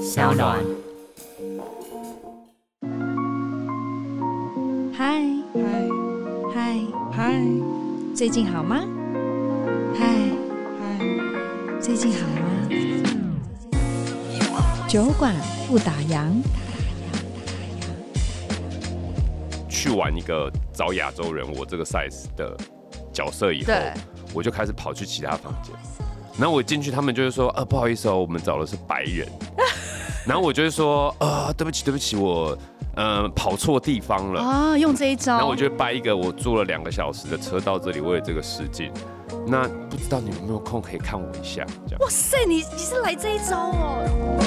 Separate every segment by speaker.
Speaker 1: 小暖。
Speaker 2: 嗨
Speaker 3: 嗨
Speaker 2: 嗨，
Speaker 3: 嗨
Speaker 2: 最近好吗？嗨，
Speaker 3: 嗨，
Speaker 2: 最近好吗？酒馆不打烊，
Speaker 4: 去玩一个找亚洲人我这个 size 的角色以后
Speaker 3: 对，
Speaker 4: 我就开始跑去其他房间。然后我进去，他们就会说：“呃，不好意思哦，我们找的是白 人。”然后我就会说：“呃，对不起，对不起，我呃跑错地方了。
Speaker 2: 哦
Speaker 3: 啊，用这一招，
Speaker 4: 然后我就会掰一个我坐了两个小时的车到这里，为了这个试镜。那不知道你们有没有空可以看我一下？这 样
Speaker 3: 哇塞，你你是来这一招哦。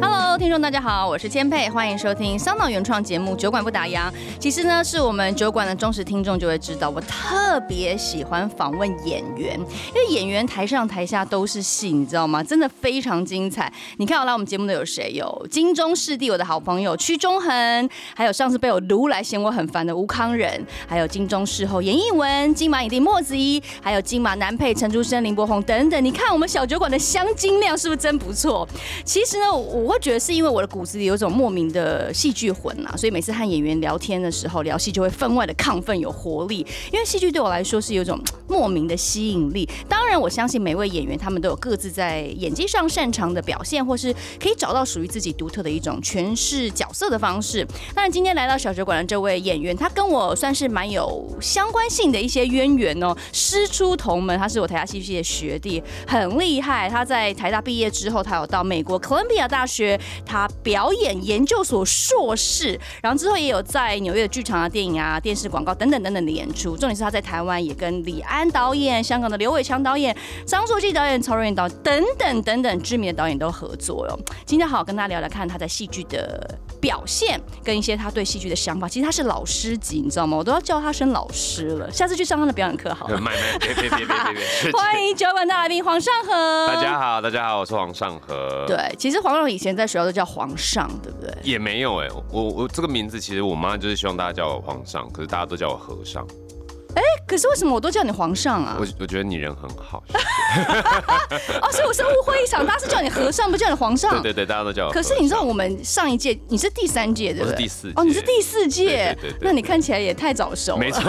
Speaker 3: Hello，听众大家好，我是千佩，欢迎收听桑脑原创节目《酒馆不打烊》。其实呢，是我们酒馆的忠实听众就会知道，我特别喜欢访问演员，因为演员台上台下都是戏，你知道吗？真的非常精彩。你看，我来我们节目的有谁？有金钟视帝我的好朋友屈中恒，还有上次被我撸来嫌我很烦的吴康仁，还有金钟视后严艺文、金马影帝莫子仪，还有金马男配陈竹生、林柏宏等等。你看我们小酒馆的香精量是不是真不错？其实呢，我会觉得是因为我的骨子里有一种莫名的戏剧魂啊，所以每次和演员聊天的时候聊戏就会分外的亢奋有活力，因为戏剧对我来说是有一种嘖莫名的吸引力。当然，我相信每位演员他们都有各自在演技上擅长的表现，或是可以找到属于自己独特的一种诠释角色的方式。当然，今天来到小酒馆的这位演员，他跟我算是蛮有相关性的一些渊源哦，师出同门，他是我台大戏剧系的学弟，很厉害。他在台大毕业之后，他有到美国哥伦比亚大学，他表演研究所硕士，然后之后也有在纽约的剧场啊、电影啊、电视广告等等等等的演出。重点是他在台湾也跟李安导演、香港的刘伟强导演、张硕记导演、曹瑞元导演等等等等知名的导演都合作哦。今天好好跟大家聊聊看他在戏剧的表现，跟一些他对戏剧的想法。其实他是老师级，你知道吗？我都要叫他声老师了，下次去上他的表演课好 了。
Speaker 4: 卖卖呃别别别别别别！
Speaker 2: 欢迎酒馆大来宾黄尚和，
Speaker 4: 大家好，大家好，我是黄尚和。
Speaker 3: 对，哎其实黄蓉以前在学校都叫皇上，对不对？
Speaker 4: 也没有哎、我我这个名字其实我妈就是希望大家叫我皇上，可是大家都叫我和尚。
Speaker 3: 哎可是为什么我都叫你皇上啊
Speaker 4: 我？我觉得你人很 好，
Speaker 3: 哦，所以我是误会一场，大家是叫你和尚，不叫你皇上。
Speaker 4: 对对对，大家都叫我和
Speaker 3: 可
Speaker 4: 尚。
Speaker 3: 是你知道我们上一届你是第三届对不
Speaker 4: 我
Speaker 3: 对？
Speaker 4: 是第四届
Speaker 3: 哦，你是第四届
Speaker 4: 对对对对，对
Speaker 3: 那你看起来也太早熟了。
Speaker 4: 没错，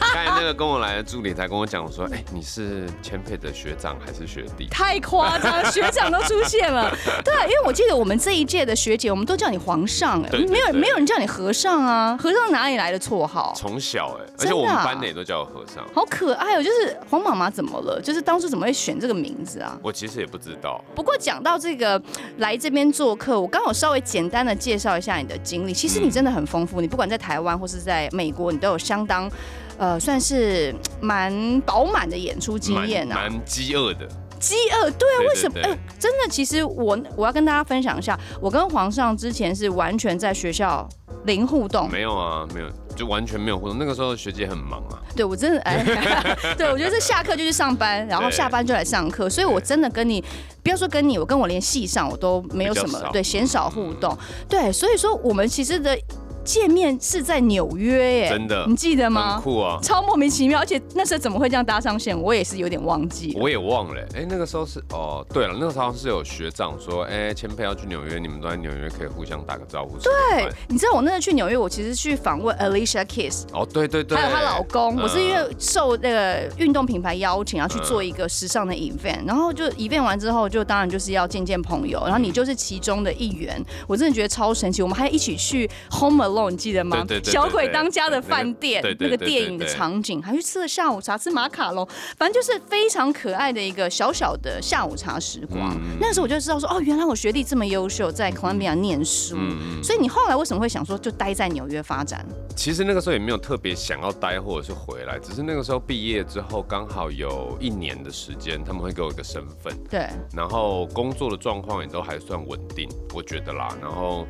Speaker 4: 刚才那个跟我来的助理才跟我讲说，哎、你是千佩的学长还是学弟？
Speaker 3: 太夸张，学长都出现了。 对，啊因为我记得我们这一届的学姐，我们都叫你皇上，哎
Speaker 4: 对对
Speaker 3: 没有
Speaker 4: 对
Speaker 3: 没有人叫你和尚啊，和尚哪里来的绰号？
Speaker 4: 从小哎、而且
Speaker 3: 真
Speaker 4: 我
Speaker 3: 的啊
Speaker 4: 们班的也都叫我和尚。
Speaker 3: 好可爱哦！就是黄妈妈怎么了？就是当初怎么会选这个名字啊？
Speaker 4: 我其实也不知道，
Speaker 3: 不过讲到这个来这边做客，我刚好稍微简单的介绍一下你的经历。其
Speaker 4: 嗯
Speaker 3: 实你真的很丰富，你不管在台湾或是在美国，你都有相当，呃，算是嗯蛮饱满的演出经
Speaker 4: 蛮
Speaker 3: 验啊。
Speaker 4: 蛮饥饿的，
Speaker 3: 饥饿，对啊，
Speaker 4: 对
Speaker 3: 为什么？
Speaker 4: 对
Speaker 3: 哎、
Speaker 4: 对
Speaker 3: 真的，其实我我要跟大家分享一下，我跟皇上之前是完全在学校零互动，
Speaker 4: 没有啊，没有，就完全没有互动。那个时候学姐很忙啊，
Speaker 3: 对我真的哎， 对我觉得是下课就去上班，然后
Speaker 4: 对
Speaker 3: 下班就来上课，所以我真的跟你不要说跟你，我跟我连戏上我都没有什
Speaker 4: 比
Speaker 3: 么
Speaker 4: 较少
Speaker 3: 对鲜少互动，对，所以说我们其实的见面是在纽约耶，
Speaker 4: 真的
Speaker 3: 哎你记得
Speaker 4: 很
Speaker 3: 吗？
Speaker 4: 酷啊。
Speaker 3: 超莫名其妙，而且那时候怎么会这样搭上线，我也是有点忘记了。
Speaker 4: 我也忘了、哎、那个时候是哦，对了，那个时候好像是有学长说，哎、千佩要去纽约，你们都在纽约，可以互相打个招呼。对
Speaker 3: 对，你知道我那次去纽约，我其实去访问 Alicia Keys，
Speaker 4: 哦，对对对，
Speaker 3: 还有她老公，
Speaker 4: 嗯
Speaker 3: 我是因为受那个运动品牌邀请，然后去做一个时
Speaker 4: 嗯
Speaker 3: 尚的 event，然后就 event 完之后，就当然就是要见见朋友，然后你
Speaker 4: 嗯
Speaker 3: 就是其中的一员，我真的觉得超神奇。我们还一起去 Home Alone，你记得吗
Speaker 4: 对对？对对
Speaker 3: 小鬼当家的饭店
Speaker 4: 对，对对
Speaker 3: 那个
Speaker 4: 对
Speaker 3: 电影的
Speaker 4: 对对
Speaker 3: 场景，还去吃了下午茶，吃马卡龙，反正就是非常可爱的一个小小的下午茶时光。
Speaker 4: 嗯
Speaker 3: 那时候我就知道说，哦，原来我学弟这么优秀，在 Columbia 念书，
Speaker 4: 嗯
Speaker 3: 所以你后来为什么会想说就待在纽约发展？
Speaker 4: 其实那个时候也没有特别想要待或者是回来，只是那个时候毕业之后刚好有一年的时间，他们会给我一个身份，
Speaker 3: 对。
Speaker 4: 然后工作的状况也都还算稳定，我觉得啦。然后，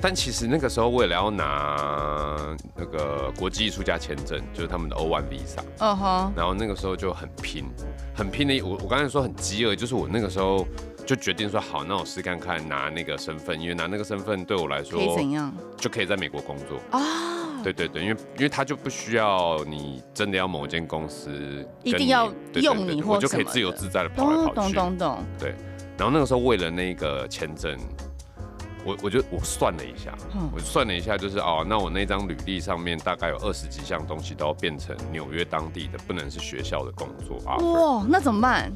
Speaker 4: 但其实那个时候为了要拿那个国际艺术家签证，就是他们的 O1 Visa，
Speaker 3: 嗯哼，
Speaker 4: 然后那个时候就很拼，很拼的。我我刚才说很饥饿，就是我那个时候就决定说好，那我试看看拿那个身份，因为拿那个身份对我来说
Speaker 3: 可以怎样
Speaker 4: 就可以在美国工作。
Speaker 3: 啊？
Speaker 4: 对对对，因为因为他就不需要你真的要某间公司跟你
Speaker 3: 一定要
Speaker 4: 对对对
Speaker 3: 用你
Speaker 4: 对
Speaker 3: 或
Speaker 4: 我就可以
Speaker 3: 什么的哦
Speaker 4: 自由自在的跑来
Speaker 3: 懂
Speaker 4: 跑
Speaker 3: 懂
Speaker 4: 去。
Speaker 3: 懂懂，
Speaker 4: 对，然后那个时候为了那个签证，我我就我算了一下，
Speaker 3: 嗯
Speaker 4: 我算了一下，就是哦，那我那张履历上面大概有二十几项东西都要变成纽约当地的，不能是学校的工作啊。
Speaker 3: 哇，那怎么办？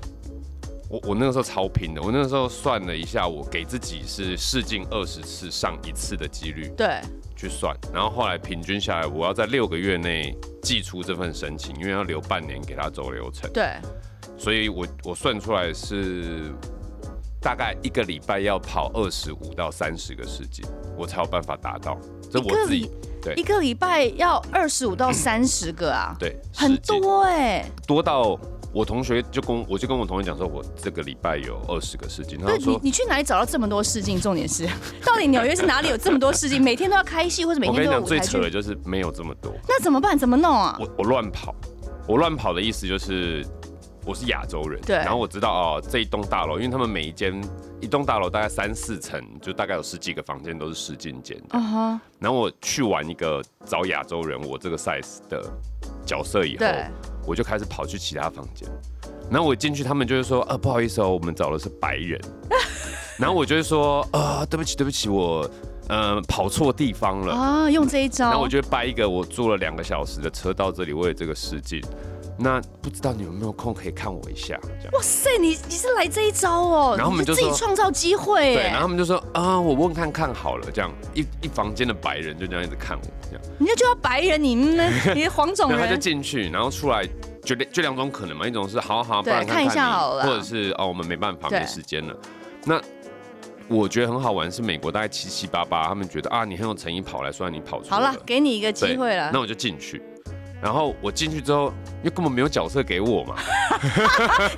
Speaker 4: 我我那个时候超拼的，我那个时候算了一下，我给自己是试镜二十次上一次的几率
Speaker 3: 对，
Speaker 4: 去算，然后后来平均下来，我要在六个月内寄出这份申请，因为要留半年给他走流程，
Speaker 3: 对，
Speaker 4: 所以我我算出来是大概一个礼拜要跑二十五到三十个试镜，我才有办法达到，这我自
Speaker 3: 一
Speaker 4: 己对
Speaker 3: 个一个礼拜要二十五到三十个啊，
Speaker 4: 对
Speaker 3: 很
Speaker 4: 试镜
Speaker 3: 多哎、
Speaker 4: 多到我同学就跟我就跟我同学讲说，我这个礼拜有二十个试镜，他就
Speaker 3: 对你
Speaker 4: 说，。
Speaker 3: 你去哪里找到这么多试镜？重点是， 到底纽约是哪里有这么多试镜？每天都要开戏，或者每
Speaker 4: 我跟
Speaker 3: 天
Speaker 4: 你
Speaker 3: 都有
Speaker 4: 讲，
Speaker 3: 舞
Speaker 4: 最
Speaker 3: 台剧
Speaker 4: 扯的，就是没有这么多。
Speaker 3: 那怎么办？怎么弄啊？
Speaker 4: 我我乱跑，我乱跑的意思就是我是亚洲人，
Speaker 3: 对
Speaker 4: 然后我知道哦这一栋大楼，因为他们每一间一栋大楼大概三四层，就大概有十几个房间都是试镜间，
Speaker 3: 啊哈，
Speaker 4: 然后我去完一个找亚洲人我这个 size 的角色以后
Speaker 3: 对，
Speaker 4: 我就开始跑去其他房间，然后我进去他们就会说呃不好意思哦，我们找的是白 人，然后我就会说啊、对不起对不起我呃跑错地方了。
Speaker 3: 啊，用这一
Speaker 4: 呃然后
Speaker 3: 招
Speaker 4: 我，就掰一个我坐了两个小时的车到这里，为了这个试镜。那不知道你有没有空可以看我一下？这样
Speaker 3: 哇塞，你你是来这一招哦，
Speaker 4: 然后我们
Speaker 3: 你
Speaker 4: 就
Speaker 3: 自己
Speaker 4: 说
Speaker 3: 创造机会
Speaker 4: 对，然后
Speaker 3: 哎，
Speaker 4: 他们就说啊，我问看看好了，这样一一房间的白人就这样一直看我，这样，
Speaker 3: 你就就要白人，你们 呢？你是黄种
Speaker 4: 然后他就
Speaker 3: 人，
Speaker 4: 进去，然后出来就两就两种可能嘛，一种是好好，不
Speaker 3: 对
Speaker 4: 然
Speaker 3: 看
Speaker 4: 看
Speaker 3: 一
Speaker 4: 一
Speaker 3: 下
Speaker 4: 下
Speaker 3: 好了
Speaker 4: 或者是哦我们没办法
Speaker 3: 对
Speaker 4: 没时间了。那我觉得很好玩是美国大概七七八八，他们觉得啊你很有诚意跑来，虽然你跑错
Speaker 3: 好了
Speaker 4: 了，，
Speaker 3: 给你一个
Speaker 4: 对
Speaker 3: 机会了
Speaker 4: 那。我就进去。然后我进去之后，因为根本没有角色给我嘛，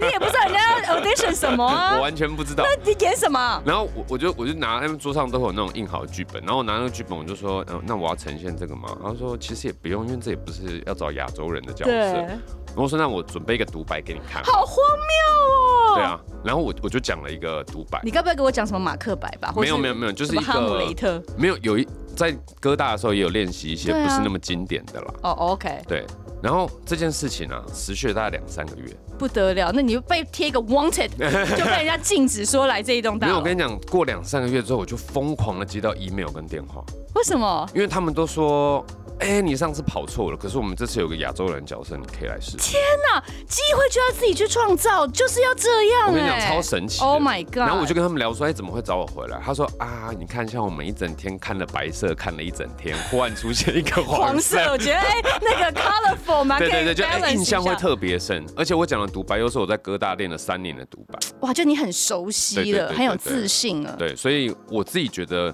Speaker 3: 你也不知道人家 audition 什 么
Speaker 4: 我
Speaker 3: 啊？
Speaker 4: 完全不知道。
Speaker 3: 你演什么？
Speaker 4: 然后我我就我就拿他们桌上都会有那种印好的剧本，然后我拿那个剧本我就说，嗯、那我要呈现这个吗？他说其实也不用，因为这也不是要找亚洲人的角色。然，后我说那我准备一个独白给你看。
Speaker 3: 好荒谬哦！
Speaker 4: 对，啊，然后我我就讲了一个独白
Speaker 3: 你，该不会给我讲什么马克白吧？或
Speaker 4: 没有
Speaker 3: 是
Speaker 4: 没有没有，就是
Speaker 3: 什
Speaker 4: 一
Speaker 3: 么哈姆雷
Speaker 4: 个
Speaker 3: 特？
Speaker 4: 没有有一在哥大的时候也有练习一些
Speaker 3: 对啊
Speaker 4: 不是那么经典的啦。
Speaker 3: 哦，OK，
Speaker 4: 对，然后这件事情啊，持续了大概两三个月。
Speaker 3: 不得了，那你就被贴一个 wanted，就被人家禁止说来这一栋大
Speaker 4: 没有，
Speaker 3: 楼。
Speaker 4: 我跟你讲，过两三个月之后，我就疯狂的接到 email 跟电话。
Speaker 3: 为什么？
Speaker 4: 因为他们都说，哎、你上次跑错了，可是我们这次有个亚洲人角色，你可以来试。
Speaker 3: 机会就要自己去创造，就是要这样、哎
Speaker 4: 我跟你讲，超神奇的。
Speaker 3: Oh my god！
Speaker 4: 然后我就跟他们聊说，哎、怎么会找我回来？他说啊，你看，像我们一整天看了白色，看了一整天，忽然出现一个黄
Speaker 3: 黄
Speaker 4: 色。
Speaker 3: 色，我觉得哎、那个 colorful 嘛，
Speaker 4: 对对
Speaker 3: 可
Speaker 4: 对，
Speaker 3: 以
Speaker 4: 就、哎
Speaker 3: balance 一
Speaker 4: 印象会
Speaker 3: 下
Speaker 4: 特别深，而且我讲的独白又是我在哥大练了三年的独白，
Speaker 3: 哇，就你很熟悉
Speaker 4: 对对对
Speaker 3: 了，
Speaker 4: 对
Speaker 3: 很有
Speaker 4: 对
Speaker 3: 自信了。
Speaker 4: 对，所以我自己觉得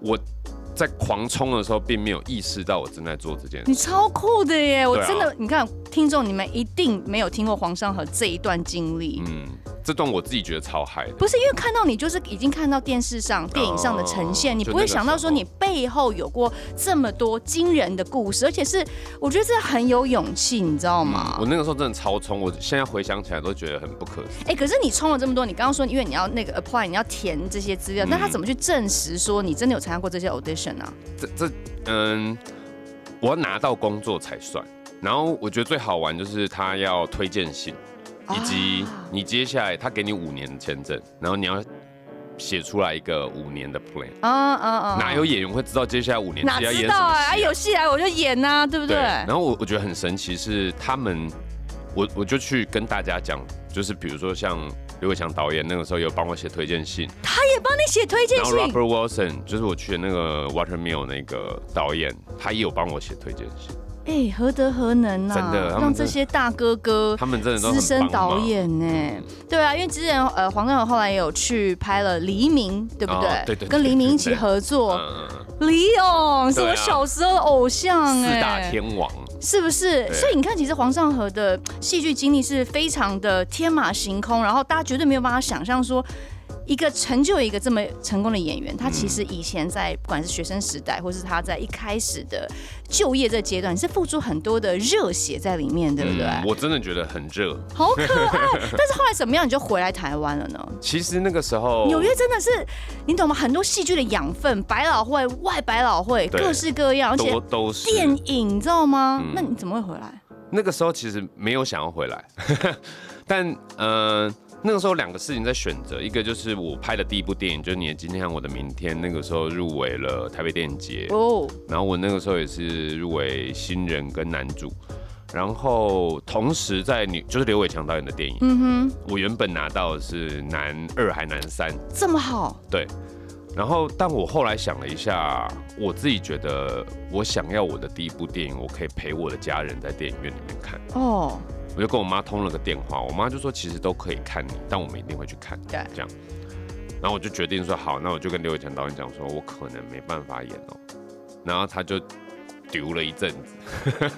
Speaker 4: 我在狂冲的时候，并没有意识到我正在做这件事
Speaker 3: 你。超酷的耶！我
Speaker 4: 对啊
Speaker 3: 真的，你看听众，你们一定没有听过黄尚和这一段经历，
Speaker 4: 嗯，这段我自己觉得超嗨的。
Speaker 3: 不是因为看到你，就是已经看到电视上、电影上的呈现，
Speaker 4: 哦
Speaker 3: 你不会想到说你背后有过这么多惊人的故事，而且是我觉得这很有勇气，你知道吗？
Speaker 4: 嗯我那个时候真的超冲，我现在回想起来都觉得很不可思议。
Speaker 3: 哎、可是你充了这么多，你刚刚说因为你要那个 apply，你要填这些资料，
Speaker 4: 嗯
Speaker 3: 那、他怎么去证实说你真的有参加过这些 audition 啊？
Speaker 4: 这这，嗯，我要拿到工作才算。然后我觉得最好玩就是他要推荐信，以及
Speaker 3: 啊
Speaker 4: 你接下来他给你五年的签证，然后你要写出来一个五年的 plan。
Speaker 3: 啊啊啊
Speaker 4: 哪有演员会知道接下来五年自
Speaker 3: 哪
Speaker 4: 己要
Speaker 3: 知
Speaker 4: 演什
Speaker 3: 道
Speaker 4: 么
Speaker 3: 啊？
Speaker 4: 戏
Speaker 3: 啊，有戏来我就演呐、啊，对不对？
Speaker 4: 然后我我觉得很神奇是他们，我我就去跟大家讲，就是比如说像刘伟强导演那个时候有帮我写推荐信，
Speaker 3: 他也帮你写推荐
Speaker 4: 然后
Speaker 3: 信
Speaker 4: Robert Wilson 就是我去的那个 Watermill 那个导演，他也有帮我写推荐信。
Speaker 3: 哎、何德何能啊？
Speaker 4: 真的他们
Speaker 3: 让这
Speaker 4: 真的
Speaker 3: 些大哥哥
Speaker 4: 他们真的都
Speaker 3: 资
Speaker 4: 很嗯
Speaker 3: 深
Speaker 4: 帮
Speaker 3: 导
Speaker 4: 忙
Speaker 3: 演呢、对啊，因为之前呃黄正和后来也有去拍了《黎明》，对不
Speaker 4: 哦
Speaker 3: 对？
Speaker 4: 对对对
Speaker 3: 跟黎明一起
Speaker 4: 对
Speaker 3: 合
Speaker 4: 嗯
Speaker 3: 作。
Speaker 4: 嗯嗯
Speaker 3: 李勇是
Speaker 4: 对
Speaker 3: 我
Speaker 4: 啊
Speaker 3: 小时候的偶像
Speaker 4: 四
Speaker 3: 哎、
Speaker 4: 大天王，
Speaker 3: 是不是？
Speaker 4: 对嗯
Speaker 3: 所以你看，其实黄尚和的戏剧经历是非常的天马行空，然后大家绝对没有办法想象说。一个成就一个这么成功的演员，他其实以前在不管是学生时代，或是他在一开始的就业这阶段，是付出很多的热血在里面，对不对？
Speaker 4: 嗯我真的觉得很热。
Speaker 3: 好可爱。但是后来怎么样，你就回来台湾了呢？
Speaker 4: 其实那个时候，
Speaker 3: 纽约真的是，你懂吗？很多戏剧的养分，百老汇、外百老汇，
Speaker 4: 对
Speaker 3: 各式各样，而且
Speaker 4: 都都是
Speaker 3: 电影，你知道吗？
Speaker 4: 嗯
Speaker 3: 那你怎么会回来？
Speaker 4: 那个时候其实没有想要回来，但呃，那个时候两个事情在选择，一个就是我拍的第一部电影，就是《你的今天和我的明天》，那个时候入围了台北电影节，
Speaker 3: 哦，
Speaker 4: 然后我那个时候也是入围新人跟男主，然后同时在女就是刘伟强导演的电影，
Speaker 3: 嗯哼，
Speaker 4: 我原本拿到的是男二还男三，
Speaker 3: 这么好，
Speaker 4: 对。然后，但我后来想了一下，我自己觉得，我想要我的第一部电影，我可以陪我的家人在电影院里面看。
Speaker 3: 哦，
Speaker 4: 我就跟我妈通了个电话，我妈就说其实都可以看你，但我们一定会去看，
Speaker 3: 对
Speaker 4: 这样。然后我就决定说好，那我就跟刘伟强导演讲说，我可能没办法演哦。然后他就丢了一阵子，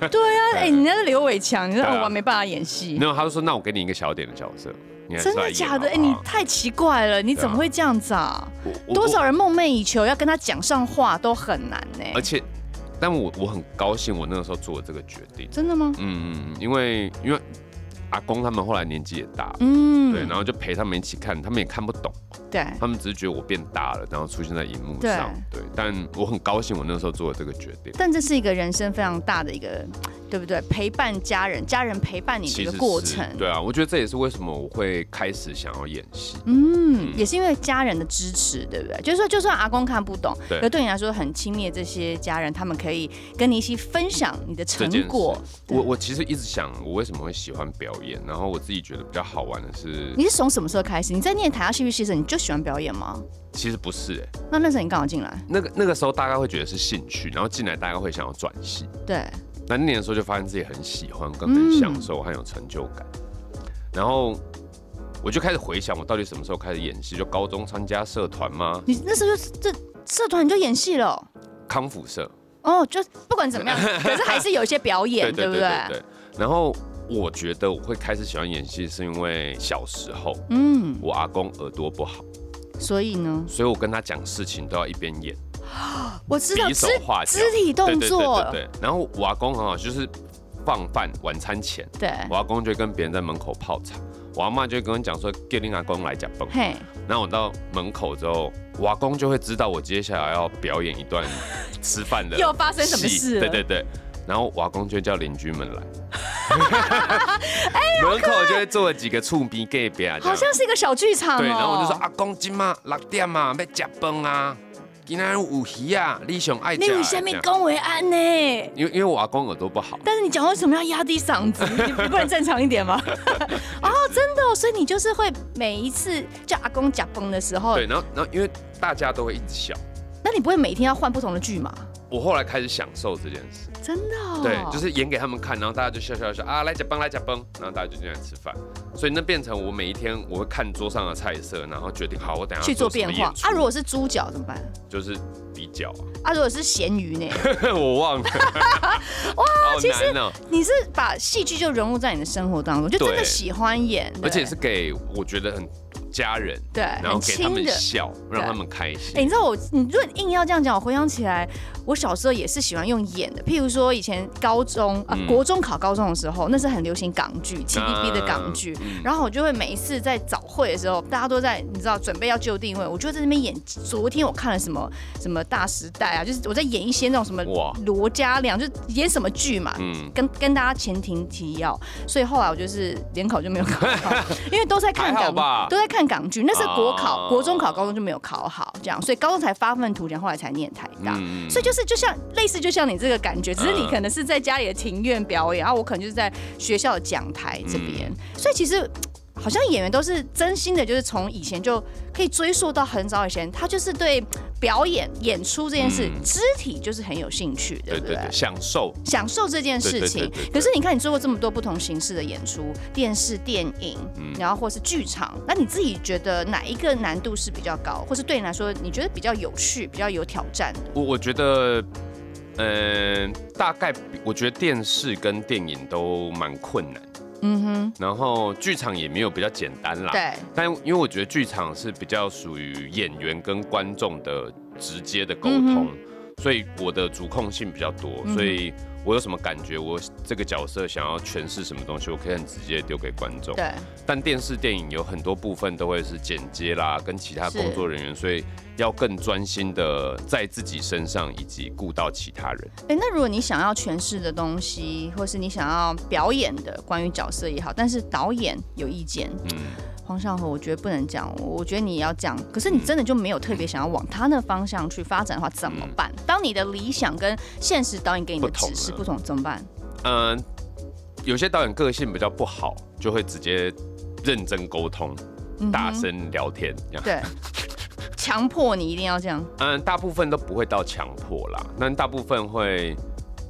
Speaker 3: 对啊，哎，你那是刘伟强，你知道
Speaker 4: 对啊
Speaker 3: 我没办法演戏，
Speaker 4: 然后他就说那我给你一个小点的角色，你还是
Speaker 3: 真
Speaker 4: 来
Speaker 3: 的
Speaker 4: 演
Speaker 3: 假的？
Speaker 4: 好
Speaker 3: 哎，
Speaker 4: 不
Speaker 3: 你
Speaker 4: 好
Speaker 3: 太奇怪了，你
Speaker 4: 对啊
Speaker 3: 怎么会这样子啊？
Speaker 4: 我我
Speaker 3: 多
Speaker 4: 我
Speaker 3: 少人梦寐以求要跟他讲上话都很难呢、
Speaker 4: 而且，但我我很高兴，我那个时候做了这个决定。
Speaker 3: 真的吗？
Speaker 4: 嗯，嗯嗯因为因为阿公他们后来年纪也大了，
Speaker 3: 嗯，
Speaker 4: 对，然后就陪他们一起看，他们也看不懂，
Speaker 3: 对
Speaker 4: 他们只是觉得我变大了，然后出现在荧幕上。对，但我很高兴，我那时候做了这个决定。
Speaker 3: 但这是一个人生非常大的一个，对不对？陪伴家人，家人陪伴你的
Speaker 4: 其
Speaker 3: 一
Speaker 4: 实
Speaker 3: 个
Speaker 4: 是
Speaker 3: 过程。
Speaker 4: 对啊，我觉得这也是为什么我会开始想要演戏。
Speaker 3: 嗯，也是因为家人的支持，对不对？就是说，就算阿公看不懂，
Speaker 4: 对
Speaker 3: 可对你来说很亲密的这些家人，他们可以跟你一起分享你的
Speaker 4: 这件
Speaker 3: 成
Speaker 4: 事
Speaker 3: 果。，对
Speaker 4: 我我其实一直想，我为什么会喜欢表演？然后我自己觉得比较好玩的是，
Speaker 3: 你是从什么时候开始？你在念台大戏剧系的时候，你就喜欢表演吗？
Speaker 4: 其实不是、欸，
Speaker 3: 那那时候你刚好进来，
Speaker 4: 那个那个时候大概会觉得是兴趣，然后进来大概会想要转系。
Speaker 3: 对，
Speaker 4: 那那年的时候就发现自己很喜欢，跟很享受，很有成就感。然后我就开始回想，我到底什么时候开始演戏？就高中参加社团吗？
Speaker 3: 你那时候就这社团你就演戏了哦、
Speaker 4: 康复社，
Speaker 3: 哦，就不管怎么样， 可是还是有一些表演，不
Speaker 4: 对。然后我觉得我会开始喜欢演戏，是因为小时候
Speaker 3: 嗯，
Speaker 4: 我阿公耳朵不好，
Speaker 3: 所以呢，
Speaker 4: 所以我跟他讲事情都要一边演，
Speaker 3: 我知道
Speaker 4: 比手
Speaker 3: 肢
Speaker 4: 画脚，
Speaker 3: 肢体动作，
Speaker 4: 对对对对对。然后我阿公很好，就是放饭晚餐前，
Speaker 3: 对
Speaker 4: 我阿公就会跟别人在门口泡茶，我阿妈就会跟我讲说，给你阿公来讲蹦。
Speaker 3: 嘿，
Speaker 4: 然后我到门口之后，瓦工就会知道我接下来要表演一段吃饭的戏，
Speaker 3: 又发生什么事了
Speaker 4: 对对对，然后瓦工就会叫邻居们 来，门口就会坐了几个触鼻 gay 表，
Speaker 3: 哎好像是一个小剧场哦。
Speaker 4: 对，然后我就说啊阿公今嘛六点嘛要食饭啊，今天有鱼啊，你想爱吃
Speaker 3: 你
Speaker 4: 的？
Speaker 3: 有下面恭维安呢？
Speaker 4: 因为因为我阿公耳朵不好，
Speaker 3: 但是你讲话为什么要压低嗓 子？你你不能正常一点吗？哦，真的、哦，所以你就是会每一次叫阿公讲崩的时候
Speaker 4: 对，，然后然后因为大家都会一直笑，
Speaker 3: 那你不会每天要换不同的剧吗？
Speaker 4: 我后来开始享受这件事。
Speaker 3: 真的、哦，
Speaker 4: 对，就是演给他们看，然后大家就笑笑笑啊，来假崩来假崩，然后大家就进来吃饭，所以那变成我每一天我会看桌上的菜色，然后决定好我等一下
Speaker 3: 去做
Speaker 4: 什么
Speaker 3: 变化
Speaker 4: 演。出
Speaker 3: 啊，如果是猪脚怎么办？
Speaker 4: 就是比 较，
Speaker 3: 啊，如果是咸 鱼呢？
Speaker 4: 我忘了， 哇，好难哦，
Speaker 3: 你是把戏剧就融入在你的生活当中，就真的
Speaker 4: 对
Speaker 3: 喜欢演，
Speaker 4: 而
Speaker 3: 对
Speaker 4: 且是给我觉得很家人，
Speaker 3: 对，
Speaker 4: 然后
Speaker 3: 很
Speaker 4: 给他
Speaker 3: 亲
Speaker 4: 们
Speaker 3: 的。
Speaker 4: 笑，让他们开
Speaker 3: 哎、
Speaker 4: 心，
Speaker 3: 你知道我，你如果硬要这样讲，我回想起来，我小时候也是喜欢用演的。譬如说，以前高中啊、
Speaker 4: 嗯
Speaker 3: 国中考高中的时候，那是很流行港剧，TVB 的港剧。
Speaker 4: 嗯
Speaker 3: 然后我就会每一次在早会的时候，大家都在你知道准备要就定位，我就在那边演。昨天我看了什么什么《大时代》啊，就是我在演一些那种什么
Speaker 4: 哇
Speaker 3: 罗嘉良，就是演什么剧嘛，
Speaker 4: 嗯，
Speaker 3: 跟跟大家前庭提要，所以后来我就是联考就没有考好，因为都在 看
Speaker 4: 还好
Speaker 3: 港
Speaker 4: 吧
Speaker 3: 都在看港剧，那是国考、
Speaker 4: 啊
Speaker 3: 国中考、高中就没有考好，这样，所以高中才发愤图强，后来才念台大。
Speaker 4: 嗯
Speaker 3: 所以就是就像类似，就像你这个感觉，只是你可能是在家里的庭院表演，然后我可能就是在学校的讲台这边。
Speaker 4: 嗯
Speaker 3: 所以其实好像演员都是真心的，就是从以前就可以追溯到很早以前，他就是对表演、演出这件事，
Speaker 4: 嗯
Speaker 3: 肢体就是很有兴趣，
Speaker 4: 对
Speaker 3: 对不
Speaker 4: 对对，享受，
Speaker 3: 享受这件事情。
Speaker 4: 对对对对对
Speaker 3: 可是你看，你做过这么多不同形式的演出，电视、电影，
Speaker 4: 嗯
Speaker 3: 然后或是剧场，那你自己觉得哪一个难度是比较高，或是对你来说你觉得比较有趣、比较有挑战的？
Speaker 4: 我我觉得。嗯，大概我觉得电视跟电影都蛮困难的
Speaker 3: 嗯哼，
Speaker 4: 然后剧场也没有比较简单啦。。
Speaker 3: 对，
Speaker 4: 但因为我觉得剧场是比较属于演员跟观众的直接的沟
Speaker 3: 嗯
Speaker 4: 通，所以我的主控性比较多，所以我有什么感觉，我这个角色想要诠释什么东西，我可以很直接地丢给观众。
Speaker 3: 对，
Speaker 4: 但电视电影有很多部分都会是剪接啦，跟其他工作人员，所以要更专心的在自己身上，以及顾到其他人。
Speaker 3: 哎，那如果你想要诠释的东西，或是你想要表演的关于角色也好，但是导演有意见，
Speaker 4: 嗯。
Speaker 3: 黄尚和，我觉得不能讲，我觉得你要讲。可是你真的就没有特别想要往他那方向去发展的话，怎么办？当你的理想跟现实导演给你的
Speaker 4: 嗯不同
Speaker 3: 指示
Speaker 4: 了
Speaker 3: 不同，怎么办？
Speaker 4: 嗯、有些导演个性比较不好，就会直接认真沟通，
Speaker 3: 嗯哼
Speaker 4: 大声聊天这样。
Speaker 3: 对，强迫你一定要这样。
Speaker 4: 嗯，大部分都不会到强迫啦，但大部分会，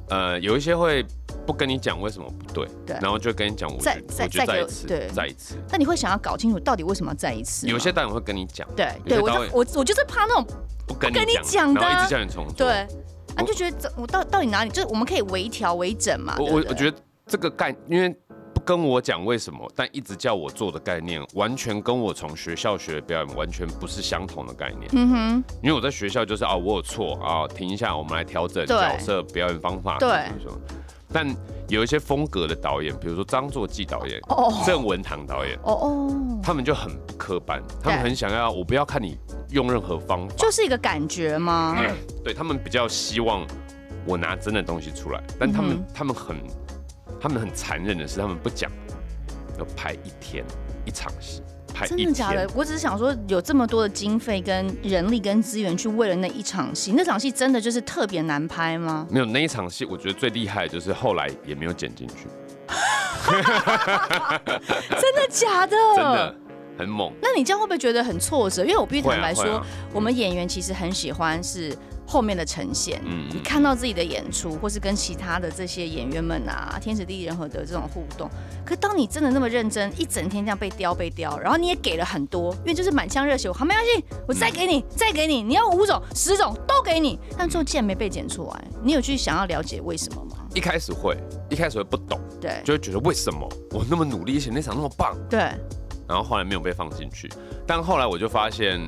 Speaker 4: 呃，有一些会不跟你讲为什么不对，
Speaker 3: 对
Speaker 4: 然后就跟你讲，我
Speaker 3: 再
Speaker 4: 觉
Speaker 3: 再
Speaker 4: 我觉得
Speaker 3: 再
Speaker 4: 再
Speaker 3: 给
Speaker 4: 一
Speaker 3: 我
Speaker 4: 次，
Speaker 3: 对
Speaker 4: 再一次。
Speaker 3: 但你会想要搞清楚到底为什么要在一次吗？
Speaker 4: 有些导演会跟你讲，
Speaker 3: 对
Speaker 4: 有
Speaker 3: 对，
Speaker 4: 些
Speaker 3: 我就
Speaker 4: 导演
Speaker 3: 我我就是怕那种
Speaker 4: 不跟
Speaker 3: 跟你
Speaker 4: 讲，
Speaker 3: 讲的啊
Speaker 4: 然后一直叫你重做。
Speaker 3: 对，啊
Speaker 4: 我
Speaker 3: 你就觉得这我到到底哪里？就是我们可以微调微整嘛。
Speaker 4: 我
Speaker 3: 对不
Speaker 4: 我
Speaker 3: 对
Speaker 4: 我觉得这个概，因为不跟我讲为什么，但一直叫我做的概念，完全跟我从学校学的表演完全不是相同的概念。
Speaker 3: 嗯哼，
Speaker 4: 因为我在学校就是啊，我有错啊，停一下，我们来调整
Speaker 3: 对
Speaker 4: 角色表演方法，
Speaker 3: 对
Speaker 4: 什么什么。但有一些风格的导演，比如说张作骥导演、
Speaker 3: 哦
Speaker 4: 郑文堂导演，
Speaker 3: 哦哦，
Speaker 4: 他们就很不科班，他们
Speaker 3: 对
Speaker 4: 很想要我不要看你用任何方法，
Speaker 3: 就是一个感觉吗？
Speaker 4: 对他们比较希望我拿真的东西出来，但他们、
Speaker 3: 嗯
Speaker 4: 他们很他们很残忍的是，他们不讲，要拍一天一场戏，拍
Speaker 3: 真
Speaker 4: 哎一
Speaker 3: 的假的
Speaker 4: 天。？
Speaker 3: 我只是想说，有这么多的经费、跟人力、跟资源去为了那一场戏，那场戏真的就是特别难拍吗？
Speaker 4: 没有那一场戏，我觉得最厉害的就是后来也没有剪进去，
Speaker 3: 真的假的？
Speaker 4: 真的很猛。
Speaker 3: 那你这样会不会觉得很挫折？因为我必须
Speaker 4: 会
Speaker 3: 坦
Speaker 4: 啊
Speaker 3: 白说，
Speaker 4: 会啊
Speaker 3: 我们演员其实很喜欢是后面的呈现。
Speaker 4: 嗯
Speaker 3: 你看到自己的演出，或是跟其他的这些演员们啊，天时地利人和的这种互动。可当你真的那么认真，一整天这样被雕被雕，然后你也给了很多，因为就是满腔热血，我好没关系，我再给
Speaker 4: 嗯
Speaker 3: 你，再给你，你要五种、十种都给你，但最后竟然没被剪出来。你有去想要了解为什么吗？
Speaker 4: 一开始会，一开始会不懂，
Speaker 3: 对
Speaker 4: 就会觉得为什么我那么努力，而且那场那么棒，
Speaker 3: 对，
Speaker 4: 然后后来没有被放进去。但后来我就发现，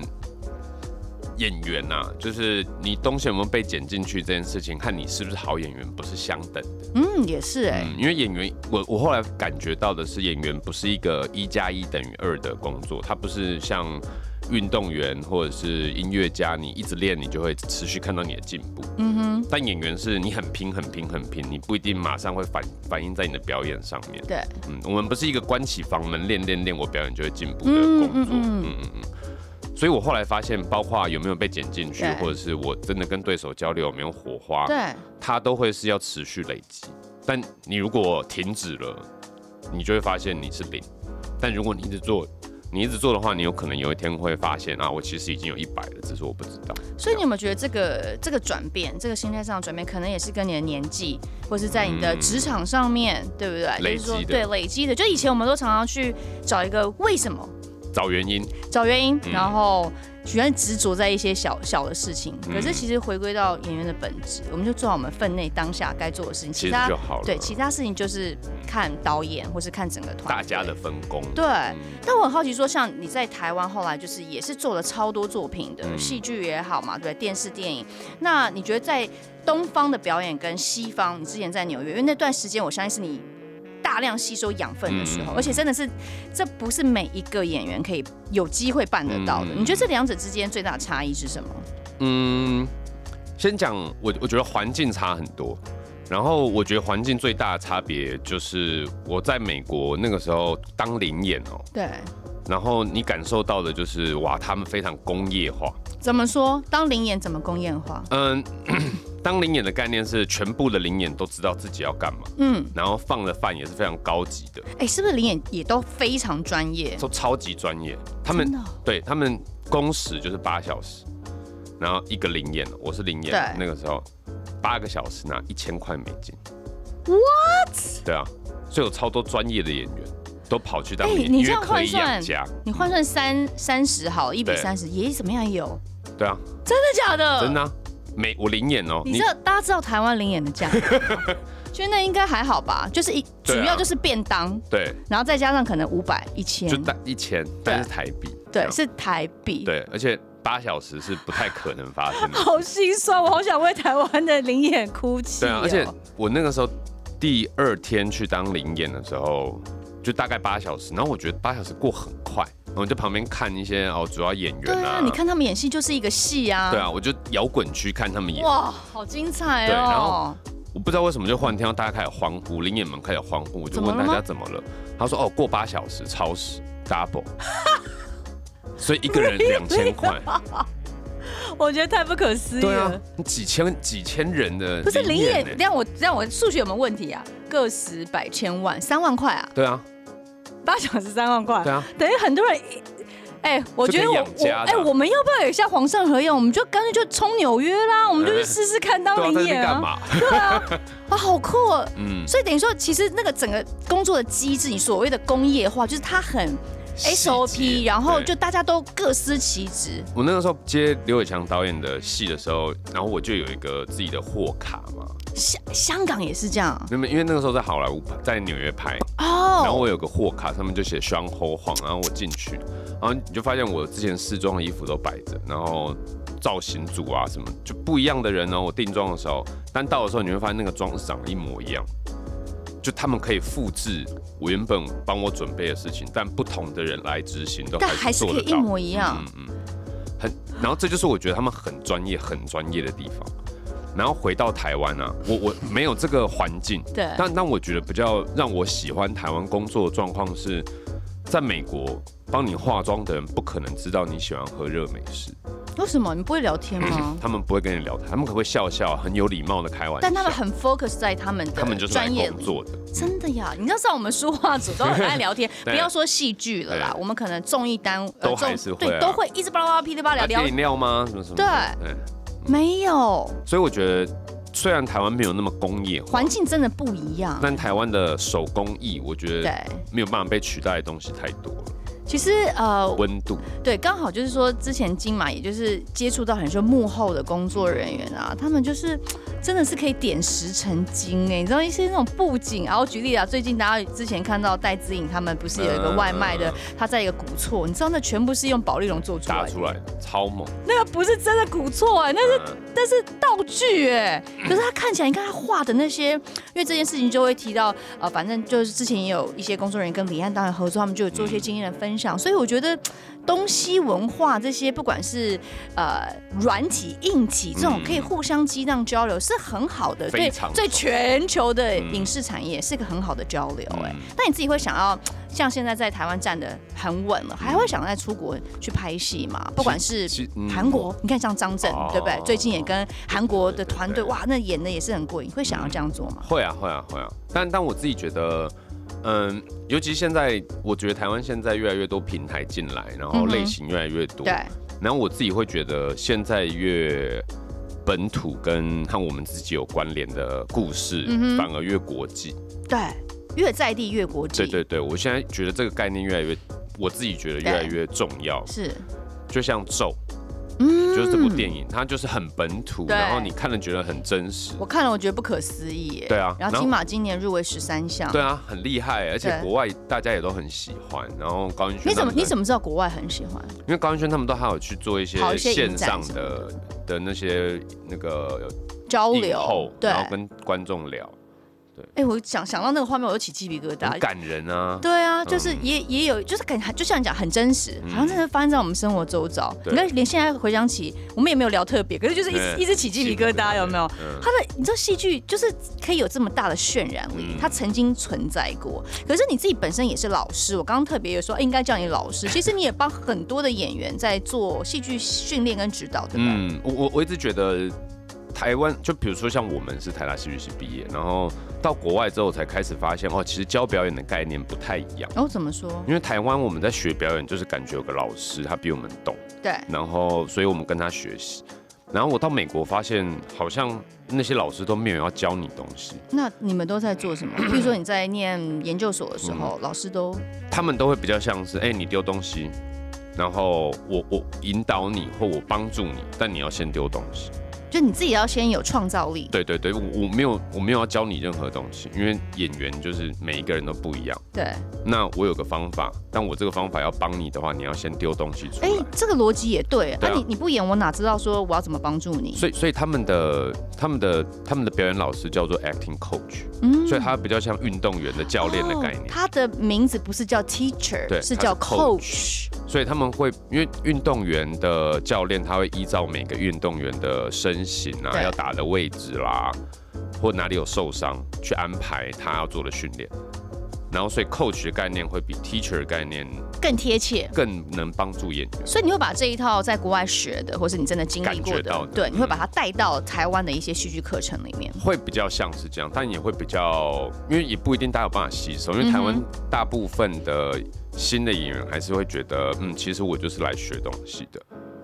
Speaker 4: 演员呐、就是你东西有没有被剪进去这件事情，和你是不是好演员不是相等的。
Speaker 3: 嗯，也是哎、
Speaker 4: 嗯，因为演员，我我后来感觉到的是，演员不是一个一加一等于二的工作，它不是像运动员或者是音乐家，你一直练，你就会持续看到你的进步。
Speaker 3: 嗯哼，
Speaker 4: 但演员是你很拼、很拼、很拼，你不一定马上会反反映在你的表演上面。
Speaker 3: 对，
Speaker 4: 嗯，我们不是一个关起房门练练练，我表演就会进步的工作。
Speaker 3: 嗯
Speaker 4: 嗯
Speaker 3: 嗯
Speaker 4: 嗯嗯所以我后来发现，包括有没有被剪进去
Speaker 3: 对，
Speaker 4: 或者是我真的跟对手交流有没有火花，
Speaker 3: 对。
Speaker 4: 它都会是要持续累积。但你如果停止了，你就会发现你是零。但如果你一直做，你一直做的话，你有可能有一天会发现啊，我其实已经有一百了，只是我不知道。
Speaker 3: 所以你有没有觉得这个这个转变，这个心态上的转变，可能也是跟你的年纪，或是在你的
Speaker 4: 嗯
Speaker 3: 职场上面，对不对？
Speaker 4: 累
Speaker 3: 就是说
Speaker 4: 积的
Speaker 3: 对累积的，就以前我们都常常去找一个为什么，
Speaker 4: 找原因，
Speaker 3: 找原因，
Speaker 4: 嗯
Speaker 3: 然后喜欢执着在一些小小的事情。可是
Speaker 4: 嗯
Speaker 3: 其实回归到演员的本质，我们就做好我们分内当下该做的事情，
Speaker 4: 其
Speaker 3: 其
Speaker 4: 实
Speaker 3: 他
Speaker 4: 就好了。
Speaker 3: 对其他事情就是看导演或是看整个团队
Speaker 4: 大家的分工。
Speaker 3: 对
Speaker 4: 嗯
Speaker 3: 但我很好奇说，像你在台湾后来就是也是做了超多作品的，
Speaker 4: 嗯
Speaker 3: 戏剧也好嘛，对，电视电影。那你觉得在东方的表演跟西方，你之前在纽约，因为那段时间我相信是你大量吸收养分的时候，
Speaker 4: 嗯
Speaker 3: 而且真的是这不是每一个演员可以有机会办得到的。
Speaker 4: 嗯
Speaker 3: 你觉得这两者之间最大的差异是什么？
Speaker 4: 嗯，先讲我，我觉得环境差很多。然后我觉得环境最大的差别就是我在美国那个时候当零演哦，
Speaker 3: 对，
Speaker 4: 然后你感受到的就是哇，他们非常工业化。
Speaker 3: 怎么说？当灵演怎么公演化？
Speaker 4: 嗯， 当零演的概念是全部的零演都知道自己要干嘛，
Speaker 3: 嗯，
Speaker 4: 然后放的饭也是非常高级的，
Speaker 3: 哎、是不是灵演也都非常专业？
Speaker 4: 都超级专业。他们
Speaker 3: 真的哦
Speaker 4: 对他们工时就是八小时，然后一个零演，我是零演
Speaker 3: 对
Speaker 4: 那个时候八个小时拿一千块美金。What？对啊，所以有超多专业的演员都跑去当
Speaker 3: 哎
Speaker 4: 演员，
Speaker 3: 你
Speaker 4: 因
Speaker 3: 这
Speaker 4: 为
Speaker 3: 样
Speaker 4: 可以
Speaker 3: 换算
Speaker 4: 养家。
Speaker 3: 你换算三三十好了，一比
Speaker 4: 对
Speaker 3: 三十也怎么样也有。
Speaker 4: 对啊，
Speaker 3: 真的假的？
Speaker 4: 真的、啊，每我零演哦、
Speaker 3: 呃你知道大家知道台湾零演的价格吗？ 觉得那应该还好吧，就是一主
Speaker 4: 对啊
Speaker 3: 要就是便当，
Speaker 4: 对，
Speaker 3: 然后再加上可能五百一千
Speaker 4: 就，大一千，但是台币，这
Speaker 3: 对，
Speaker 4: 样
Speaker 3: 是台币。，。
Speaker 4: 对，而且八小时是不太可能发生的
Speaker 3: 好心酸，我好想为台湾的零演哭泣、
Speaker 4: 对啊
Speaker 3: 哦，
Speaker 4: 而且我那个时候第二天去当零演的时候，就大概八小时，然后我觉得八小时过很快，然后我就旁边看一些哦主要演员
Speaker 3: 对啊，你看他们演戏就是一个戏啊。
Speaker 4: 对啊，我就摇滚区看他们演，
Speaker 3: 哇，好精彩
Speaker 4: 对然
Speaker 3: 哦
Speaker 4: 后！我不知道为什么就忽然听到大家开始欢呼，零演们开始欢呼，我就
Speaker 3: 怎么
Speaker 4: 问
Speaker 3: 了
Speaker 4: 大
Speaker 3: 吗
Speaker 4: 家怎么了，他说哦过八小时超时， double，所以一个人两千块，
Speaker 3: 啊我觉得太不可思议
Speaker 4: 对
Speaker 3: 了。
Speaker 4: 啊，欸你几千几千人的
Speaker 3: 不是
Speaker 4: 零
Speaker 3: 林
Speaker 4: 演
Speaker 3: 演，
Speaker 4: 呢
Speaker 3: 让我让我数学有没有问题啊？个十百千万，三万块啊，
Speaker 4: 对啊，
Speaker 3: 八小时三万块，
Speaker 4: 对啊，
Speaker 3: 等于很多人一。哎、我觉得我
Speaker 4: 就可以养
Speaker 3: 我
Speaker 4: 家
Speaker 3: 哎、
Speaker 4: 的啊
Speaker 3: 我们要不要也像皇上和一样，我们就干脆就冲纽约啦，我们就去
Speaker 4: 哎
Speaker 3: 试试看当
Speaker 4: 对啊，在
Speaker 3: 零
Speaker 4: 那
Speaker 3: 演
Speaker 4: 边干
Speaker 3: 啊，
Speaker 4: 嘛？
Speaker 3: 对啊，啊好酷、哦。
Speaker 4: 嗯，
Speaker 3: 所以等于说，其实那个整个工作的机制，你所谓的工业化，就是它很
Speaker 4: 细
Speaker 3: SOP，
Speaker 4: 节
Speaker 3: 然后
Speaker 4: 对
Speaker 3: 就大家都各司其职。
Speaker 4: 我那个时候接刘伟强导演的戏的时候，然后我就有一个自己的货卡嘛，
Speaker 3: 香香港也是这样
Speaker 4: 那么因为那个时候在好莱坞拍，在纽约拍，然后
Speaker 3: 哦，
Speaker 4: 我有个货卡，上面就写双猴晃，然后我进去，然后你就发现我之前试妆的衣服都摆着，然后造型组啊什么就不一样的人呢、哦我定妆的时候，但到的时候你会发现那个妆是长得一模一样，就他们可以复制我原本帮我准备的事情，但不同的人来执行都
Speaker 3: 但
Speaker 4: 还
Speaker 3: 还
Speaker 4: 是
Speaker 3: 是
Speaker 4: 做
Speaker 3: 可
Speaker 4: 得
Speaker 3: 以
Speaker 4: 到。
Speaker 3: 一模一样。
Speaker 4: 嗯嗯，很，然后这就是我觉得他们很专业、很专业的地方。然后回到台湾啊，我我没有这个环境，
Speaker 3: 对
Speaker 4: 但但我觉得比较让我喜欢台湾工作的状况是，在美国帮你化妆的人不可能知道你喜欢喝热美式，
Speaker 3: 为什么你不会聊天吗？
Speaker 4: 他们不会跟你聊天，他们可能会笑笑，很有礼貌的开玩笑，
Speaker 3: 但他们很 focus 在他们
Speaker 4: 他们
Speaker 3: 的
Speaker 4: 就是来
Speaker 3: 专业
Speaker 4: 工
Speaker 3: 里，
Speaker 4: 作的，
Speaker 3: 真的呀！你知道，像我们书画组都很爱聊天，不
Speaker 4: 对
Speaker 3: 要说戏剧了啦，
Speaker 4: 对
Speaker 3: 我们可能综艺单呃
Speaker 4: 都还
Speaker 3: 综
Speaker 4: 是会
Speaker 3: 对
Speaker 4: 啊
Speaker 3: 都会一直巴拉巴拉噼里啪啦
Speaker 4: 啊
Speaker 3: 聊
Speaker 4: 点，饮料吗？什么什么的？对，
Speaker 3: 没有
Speaker 4: 所以我觉得虽然台湾没有那么工业化
Speaker 3: 环，境真的不一样。
Speaker 4: 但台湾的手工艺，我觉得
Speaker 3: 对，
Speaker 4: 没有办法被取代的东西太多了，
Speaker 3: 其实呃，
Speaker 4: 温度。
Speaker 3: 对，刚好就是说，之前金马也就是接触到很多幕后的工作人员啊，他们就是真的是可以点石成金哎、你知道一些那种布景啊，我举例啊，最近大家之前看到戴资颖他们不是有一个外卖的
Speaker 4: 嗯，
Speaker 3: 他在一个古厝，你知道那全部是用保丽龙做出来
Speaker 4: 打
Speaker 3: 的，
Speaker 4: 出来的超猛，
Speaker 3: 那个不是真的古厝哎、那是
Speaker 4: 嗯
Speaker 3: 但是道具哎、可是他看起来，你看他画的那些，因为这件事情就会提到，呃，反正就是之前也有一些工作人员跟李安导演合作，他们就有做一些经验的分享，所以我觉得东西文化这些，不管是呃软体、硬体这种
Speaker 4: 嗯
Speaker 3: 可以互相激荡交流，是很好的，对
Speaker 4: 非常
Speaker 3: 对
Speaker 4: 重
Speaker 3: 全球的影视产业是一个很好的交流哎、
Speaker 4: 嗯
Speaker 3: 那你自己会想要像现在在台湾站的很稳了，还会想再出国去拍戏吗？不管是
Speaker 4: 其嗯
Speaker 3: 韩国，你看像张震，
Speaker 4: 哦
Speaker 3: 对不对？最近也跟韩国的团队，
Speaker 4: 对对对
Speaker 3: 哇，那演的也是很过瘾，会想要这样做吗？
Speaker 4: 会啊会啊会啊，但但我自己觉得，嗯，尤其现在，我觉得台湾现在越来越多平台进来，然
Speaker 3: 嗯
Speaker 4: 后
Speaker 3: 哼
Speaker 4: 类型越来越多，
Speaker 3: 对，
Speaker 4: 然后我自己会觉得现在越。本土跟和我们自己有关联的故事，
Speaker 3: 嗯哼
Speaker 4: 反而越国际。
Speaker 3: 对，越在地越国际，
Speaker 4: 对对对，我现在觉得这个概念越来越，我自己觉得越来越重要。
Speaker 3: 是，
Speaker 4: 就像《咒
Speaker 3: 嗯》，
Speaker 4: 就是这部电影，它就是很本土，
Speaker 3: 对
Speaker 4: 然后你看了觉得很真实。
Speaker 3: 我看了我觉得不可思议耶。
Speaker 4: 对啊
Speaker 3: 然
Speaker 4: 然
Speaker 3: 后
Speaker 4: 后
Speaker 3: 金马今年入围十三项，
Speaker 4: 对啊，很厉害，而且
Speaker 3: 对
Speaker 4: 国外大家也都很喜欢。然后高云轩，
Speaker 3: 你怎么你怎
Speaker 4: 么？
Speaker 3: 么知道国外很喜欢？
Speaker 4: 因为高云轩他们都还有去做一些
Speaker 3: 跑一些影
Speaker 4: 线
Speaker 3: 展
Speaker 4: 上
Speaker 3: 什么
Speaker 4: 的的那些那个
Speaker 3: 交
Speaker 4: 影后
Speaker 3: 流，，对，
Speaker 4: 然后
Speaker 3: 哎、
Speaker 4: 跟观众聊，
Speaker 3: 我想想到那个画面，我就起鸡皮疙瘩
Speaker 4: 很。感人啊。
Speaker 3: 对啊，就是也、也有，就是感觉就像你讲，很真实，
Speaker 4: 嗯
Speaker 3: 好像真的发生在我们生活周遭。
Speaker 4: 对
Speaker 3: 你看，连现在回想起，我们也没有聊特别，可是就是一直
Speaker 4: 对
Speaker 3: 一直起鸡皮疙瘩，有没有？
Speaker 4: 嗯？
Speaker 3: 他的你知道戏剧就是可以有这么大的渲染力，
Speaker 4: 嗯
Speaker 3: 它曾经存在过。可是你自己本身也是老师，我刚刚特别有说、哎应该叫你 老师，其实你也帮很多的演员在做戏剧训练跟指导，对吧？
Speaker 4: 嗯，我我我一直觉得台湾，就比如说像我们是台大戏剧系毕业，然后到国外之后才开始发现，哦，其实教表演的概念不太一样。
Speaker 3: 哦然后、怎么说？
Speaker 4: 因为台湾我们在学表演，就是感觉有个老师他比我们懂。
Speaker 3: 对，
Speaker 4: 然后所以我们跟他学习。然后我到美国发现，好像那些老师都没有要教你东西，
Speaker 3: 那你们都在做什么？
Speaker 4: 嗯
Speaker 3: 比如说你在念研究所的时候，老师都
Speaker 4: 他们都会比较像是，哎、你丢东西，然后我我引导你或我帮助你，但你要先丢东西。
Speaker 3: 就你自己要先有创造力。
Speaker 4: 对对对，我我没有我没有要教你任何东西，因为演员就是每一个人都不一样。
Speaker 3: 对，
Speaker 4: 那我有个方法，但我这个方法要帮你的话，你要先丢东西出来。
Speaker 3: 哎、这个逻辑也对。
Speaker 4: 对
Speaker 3: 那、
Speaker 4: 啊
Speaker 3: 你你不演，我哪知道说我要怎么帮助你？
Speaker 4: 所以所以他们的他们的他们的表演老师叫做 acting coach，、
Speaker 3: 嗯
Speaker 4: 所以他比较像运动员的教练的概
Speaker 3: 哦
Speaker 4: 念。
Speaker 3: 他的名字不是叫 teacher，
Speaker 4: 对
Speaker 3: 是叫
Speaker 4: 他是 coach
Speaker 3: coach。
Speaker 4: 所以他们会，因为运动员的教练他会依照每个运动员的身形啊，
Speaker 3: 对
Speaker 4: 要打的位置啦，或哪里有受伤，去安排他要做的训练。然后所以 coach 的概念会比 teacher 的概念
Speaker 3: 更贴切。
Speaker 4: 更能帮助演员。
Speaker 3: 所以你会把这一套在国外学的，或是你真的经历过
Speaker 4: 感觉到的
Speaker 3: 对，你会
Speaker 4: 嗯
Speaker 3: 把它带到台湾的一些戏剧课程里面。
Speaker 4: 会比较像是这样，但也会比较，因为也不一定大家有办法吸收，因为台湾大部分的新的演员还是会觉得，嗯，其实我就是来学东西的。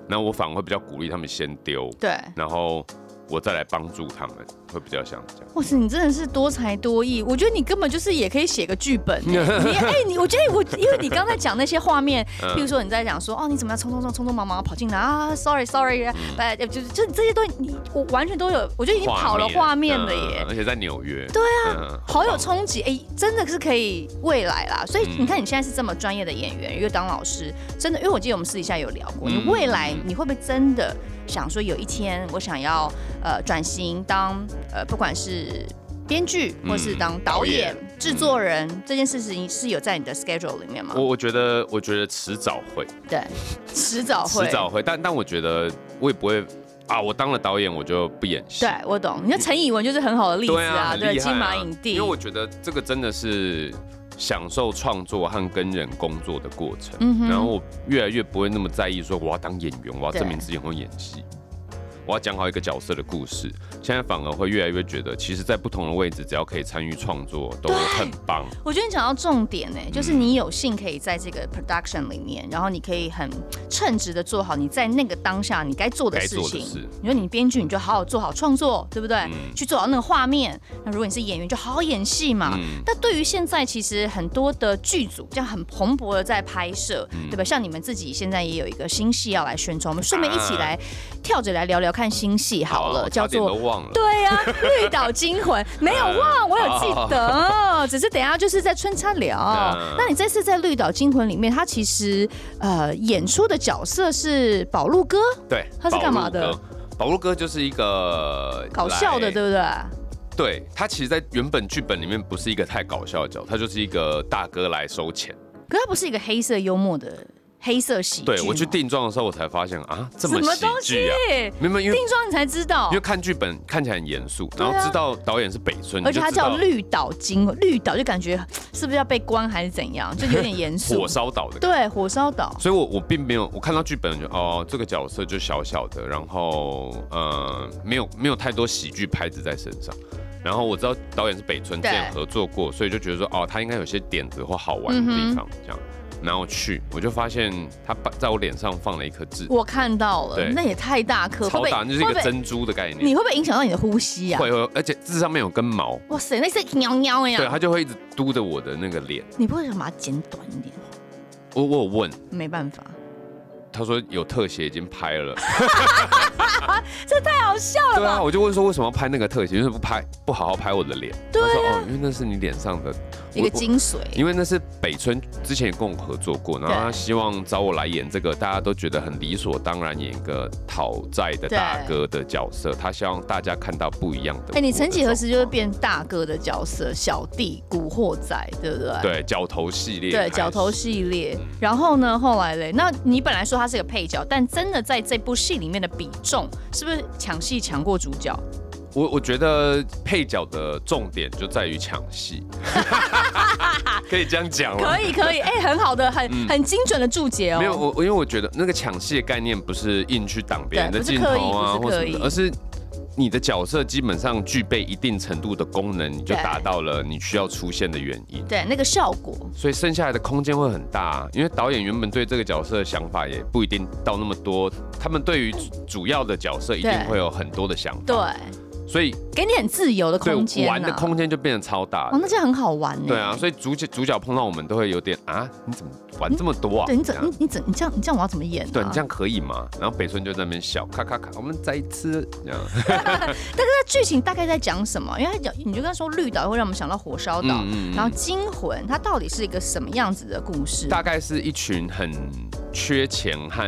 Speaker 4: 那我反而会比较鼓励他们先丢，
Speaker 3: 对，
Speaker 4: 然后我再来帮助他们，会比较像这样。
Speaker 3: 哇塞，你真的是多才多艺，我觉得你根本就是也可以写个剧本欸。你哎、你我觉得我，因为你刚才讲那些画面，
Speaker 4: 嗯
Speaker 3: 譬如说你在讲说哦，你怎么样匆匆匆匆匆忙忙跑进来啊？Sorry Sorry，哎、
Speaker 4: 嗯
Speaker 3: 就就这些东西，你我完全都有，我觉得已经跑了画面了耶
Speaker 4: 嗯。而且在纽约，对啊
Speaker 3: 好有冲击，哎、真的是可以未来啦。所以
Speaker 4: 嗯
Speaker 3: 你看，你现在是这么专业的演员，又当老师，真的，因为我记得我们私底下有聊过，
Speaker 4: 嗯
Speaker 3: 你未来你会不会真的想说，有一天我想要呃转型当呃不管是编剧
Speaker 4: 嗯
Speaker 3: 或是当导演
Speaker 4: 导、
Speaker 3: 制、作人、这件事情是有在你的 schedule 里面吗？
Speaker 4: 我我觉得，我觉得迟早会，
Speaker 3: 对，迟早哦会，
Speaker 4: 迟早会，但但我觉得我也不会啊，我当了导演我就不演戏
Speaker 3: 对，啊我懂。你看陈以文就是很好的例子
Speaker 4: 对
Speaker 3: 啊，
Speaker 4: 很
Speaker 3: 对，
Speaker 4: 厉害
Speaker 3: 金
Speaker 4: 啊
Speaker 3: 马影帝，
Speaker 4: 因为我觉得这个真的是享受创作和跟人工作的过程。
Speaker 3: 嗯哼
Speaker 4: 然后我越来越不会那么在意说我要当演员，我要证明自己会演戏，我要讲好一个角色的故事。现在反而会越来越觉得，其实，在不同的位置，只要可以参与创作，都很棒。
Speaker 3: 我觉得你讲到重点
Speaker 4: 嗯
Speaker 3: 呢、就是你有幸可以在这个 production 里面，然后你可以很称职的做好你在那个当下你该做的事
Speaker 4: 该做
Speaker 3: 情。
Speaker 4: 的事嗯
Speaker 3: 你说你编剧，你就好好做好创作，对不对？去做好那个画面。那如果你是演员，就好好演戏嘛。
Speaker 4: 嗯，
Speaker 3: 但对于现在其实很多的剧组这样很蓬勃的在拍摄，
Speaker 4: 嗯
Speaker 3: 对吧？像你们自己现在也有一个新戏要来宣传，我们顺便一起来跳着来聊聊看新戏好了，
Speaker 4: 啊
Speaker 3: 叫
Speaker 4: 差点
Speaker 3: 做
Speaker 4: 都忘了。
Speaker 3: 对呀、绿岛 惊魂没有忘，我有记
Speaker 4: 哎
Speaker 3: 得，只是等一下就是在穿插聊。
Speaker 4: 嗯
Speaker 3: 那你这次在绿岛惊魂里面，他其实呃演出的角色是宝路哥，
Speaker 4: 对，
Speaker 3: 他是干嘛的
Speaker 4: 宝路哥？宝路哥就是一个
Speaker 3: 搞笑的，
Speaker 4: 来
Speaker 3: 对不对？
Speaker 4: 对他其实，在原本剧本里面不是一个太搞笑的角色，他就是一个大哥来收钱。
Speaker 3: 可他不是一个黑色幽默的黑色喜剧吗，
Speaker 4: 对我去定妆的时候，我才发现啊，这
Speaker 3: 什么
Speaker 4: 么喜
Speaker 3: 东西
Speaker 4: 剧啊，？没有，因为
Speaker 3: 定妆你才知道
Speaker 4: 因为。看剧本看起来很严肃，
Speaker 3: 对
Speaker 4: 然
Speaker 3: 啊
Speaker 4: 后知道导演是北村，
Speaker 3: 而且它
Speaker 4: 你就知道
Speaker 3: 叫绿岛惊魂，绿岛就感觉是不是要被关还是怎样，就 有点严肃
Speaker 4: 火。烧岛的。
Speaker 3: 对，火烧岛。
Speaker 4: 所以我我并没有，我看到剧本就哦，这个角色就小小的，然后呃，没有没有太多喜剧拍子在身上。然后我知道导演是北村，之
Speaker 3: 对
Speaker 4: 前合作过，所以就觉得说哦，他应该有些点子或好玩的地方、这样。然后去，我就发现他把在我脸上放了一颗痣，
Speaker 3: 我看到了
Speaker 4: 对，
Speaker 3: 那也太大颗，会
Speaker 4: 超
Speaker 3: 不会
Speaker 4: 大，那就是一
Speaker 3: 会
Speaker 4: 个
Speaker 3: 不会
Speaker 4: 珍珠的概念。
Speaker 3: 你会不会影响到你的呼吸啊？
Speaker 4: 会会，而且痣上面有根毛，
Speaker 3: 哇塞，那是喵喵
Speaker 4: 对，啊
Speaker 3: 呀！
Speaker 4: 他就会一直嘟着我的那个脸。
Speaker 3: 你不会想把它剪短一点？
Speaker 4: 我我有问，
Speaker 3: 没办法，
Speaker 4: 他说有特写已经拍了，
Speaker 3: 太好笑
Speaker 4: 对啊，我就问说为什么要拍那个特写，为什么不拍不好好拍我的脸？他说哦，因为那是你脸上的
Speaker 3: 啊一个，
Speaker 4: 我
Speaker 3: 精髓。
Speaker 4: 我因为那是北村之前也跟我合作过，然后他希望找我来演这个大家都觉得很理所当然演一个讨债的大哥的角色，他希望大家看到不一样的我的状况。
Speaker 3: 哎、你曾几何时就会变大哥的角色，小弟、古惑仔，对不对？
Speaker 4: 对角头系列开
Speaker 3: 对，
Speaker 4: 始，嗯
Speaker 3: 角头系列。然后呢，后来嘞，那你本来说他是个配角，但真的在这部戏里面的比重，是不是抢戏抢过主角？
Speaker 4: 我我觉得配角的重点就在于抢 戏，可以这样讲吗？
Speaker 3: 可以，可以，哎、很好的，很、很精准的注解哦。
Speaker 4: 哦嗯没有我，我因为我觉得那个抢戏的概念不是硬去挡别人
Speaker 3: 对
Speaker 4: 的
Speaker 3: 不是
Speaker 4: 镜头啊，
Speaker 3: 刻意不
Speaker 4: 或什
Speaker 3: 是刻
Speaker 4: 么
Speaker 3: 意
Speaker 4: 的，而是你的角色基本上具备一定程度的功能，你就
Speaker 3: 对
Speaker 4: 达到了你需要出现的原因。
Speaker 3: 对，那个效果，
Speaker 4: 所以剩下来的空间会很大、因为导演原本对这个角色的想法也不一定到那么多，他们对于主主要的角色一定
Speaker 3: 对
Speaker 4: 会有很多的想
Speaker 3: 对
Speaker 4: 法，，所以
Speaker 3: 给你很自由的
Speaker 4: 对
Speaker 3: 空间、啊，
Speaker 4: 玩的空间就变得超大
Speaker 3: 哦，
Speaker 4: 的。
Speaker 3: 那这样很好玩呢。
Speaker 4: 对啊，所以主角主角碰到我们都会有点啊，你怎么玩这么多啊？
Speaker 3: 对，你
Speaker 4: 这
Speaker 3: 怎
Speaker 4: 样
Speaker 3: 你你怎你这样你这样我要怎么演、啊？
Speaker 4: 对你这样可以吗？然后北村就在那边笑，咔咔咔，我们再一次这 样。
Speaker 3: 那剧情大概在讲什么？因为他讲，你就跟他说绿岛会让我们想到火烧岛，
Speaker 4: 嗯嗯嗯
Speaker 3: 然后惊魂它到底是一个什么样子的故事？
Speaker 4: 大概是一群很缺钱和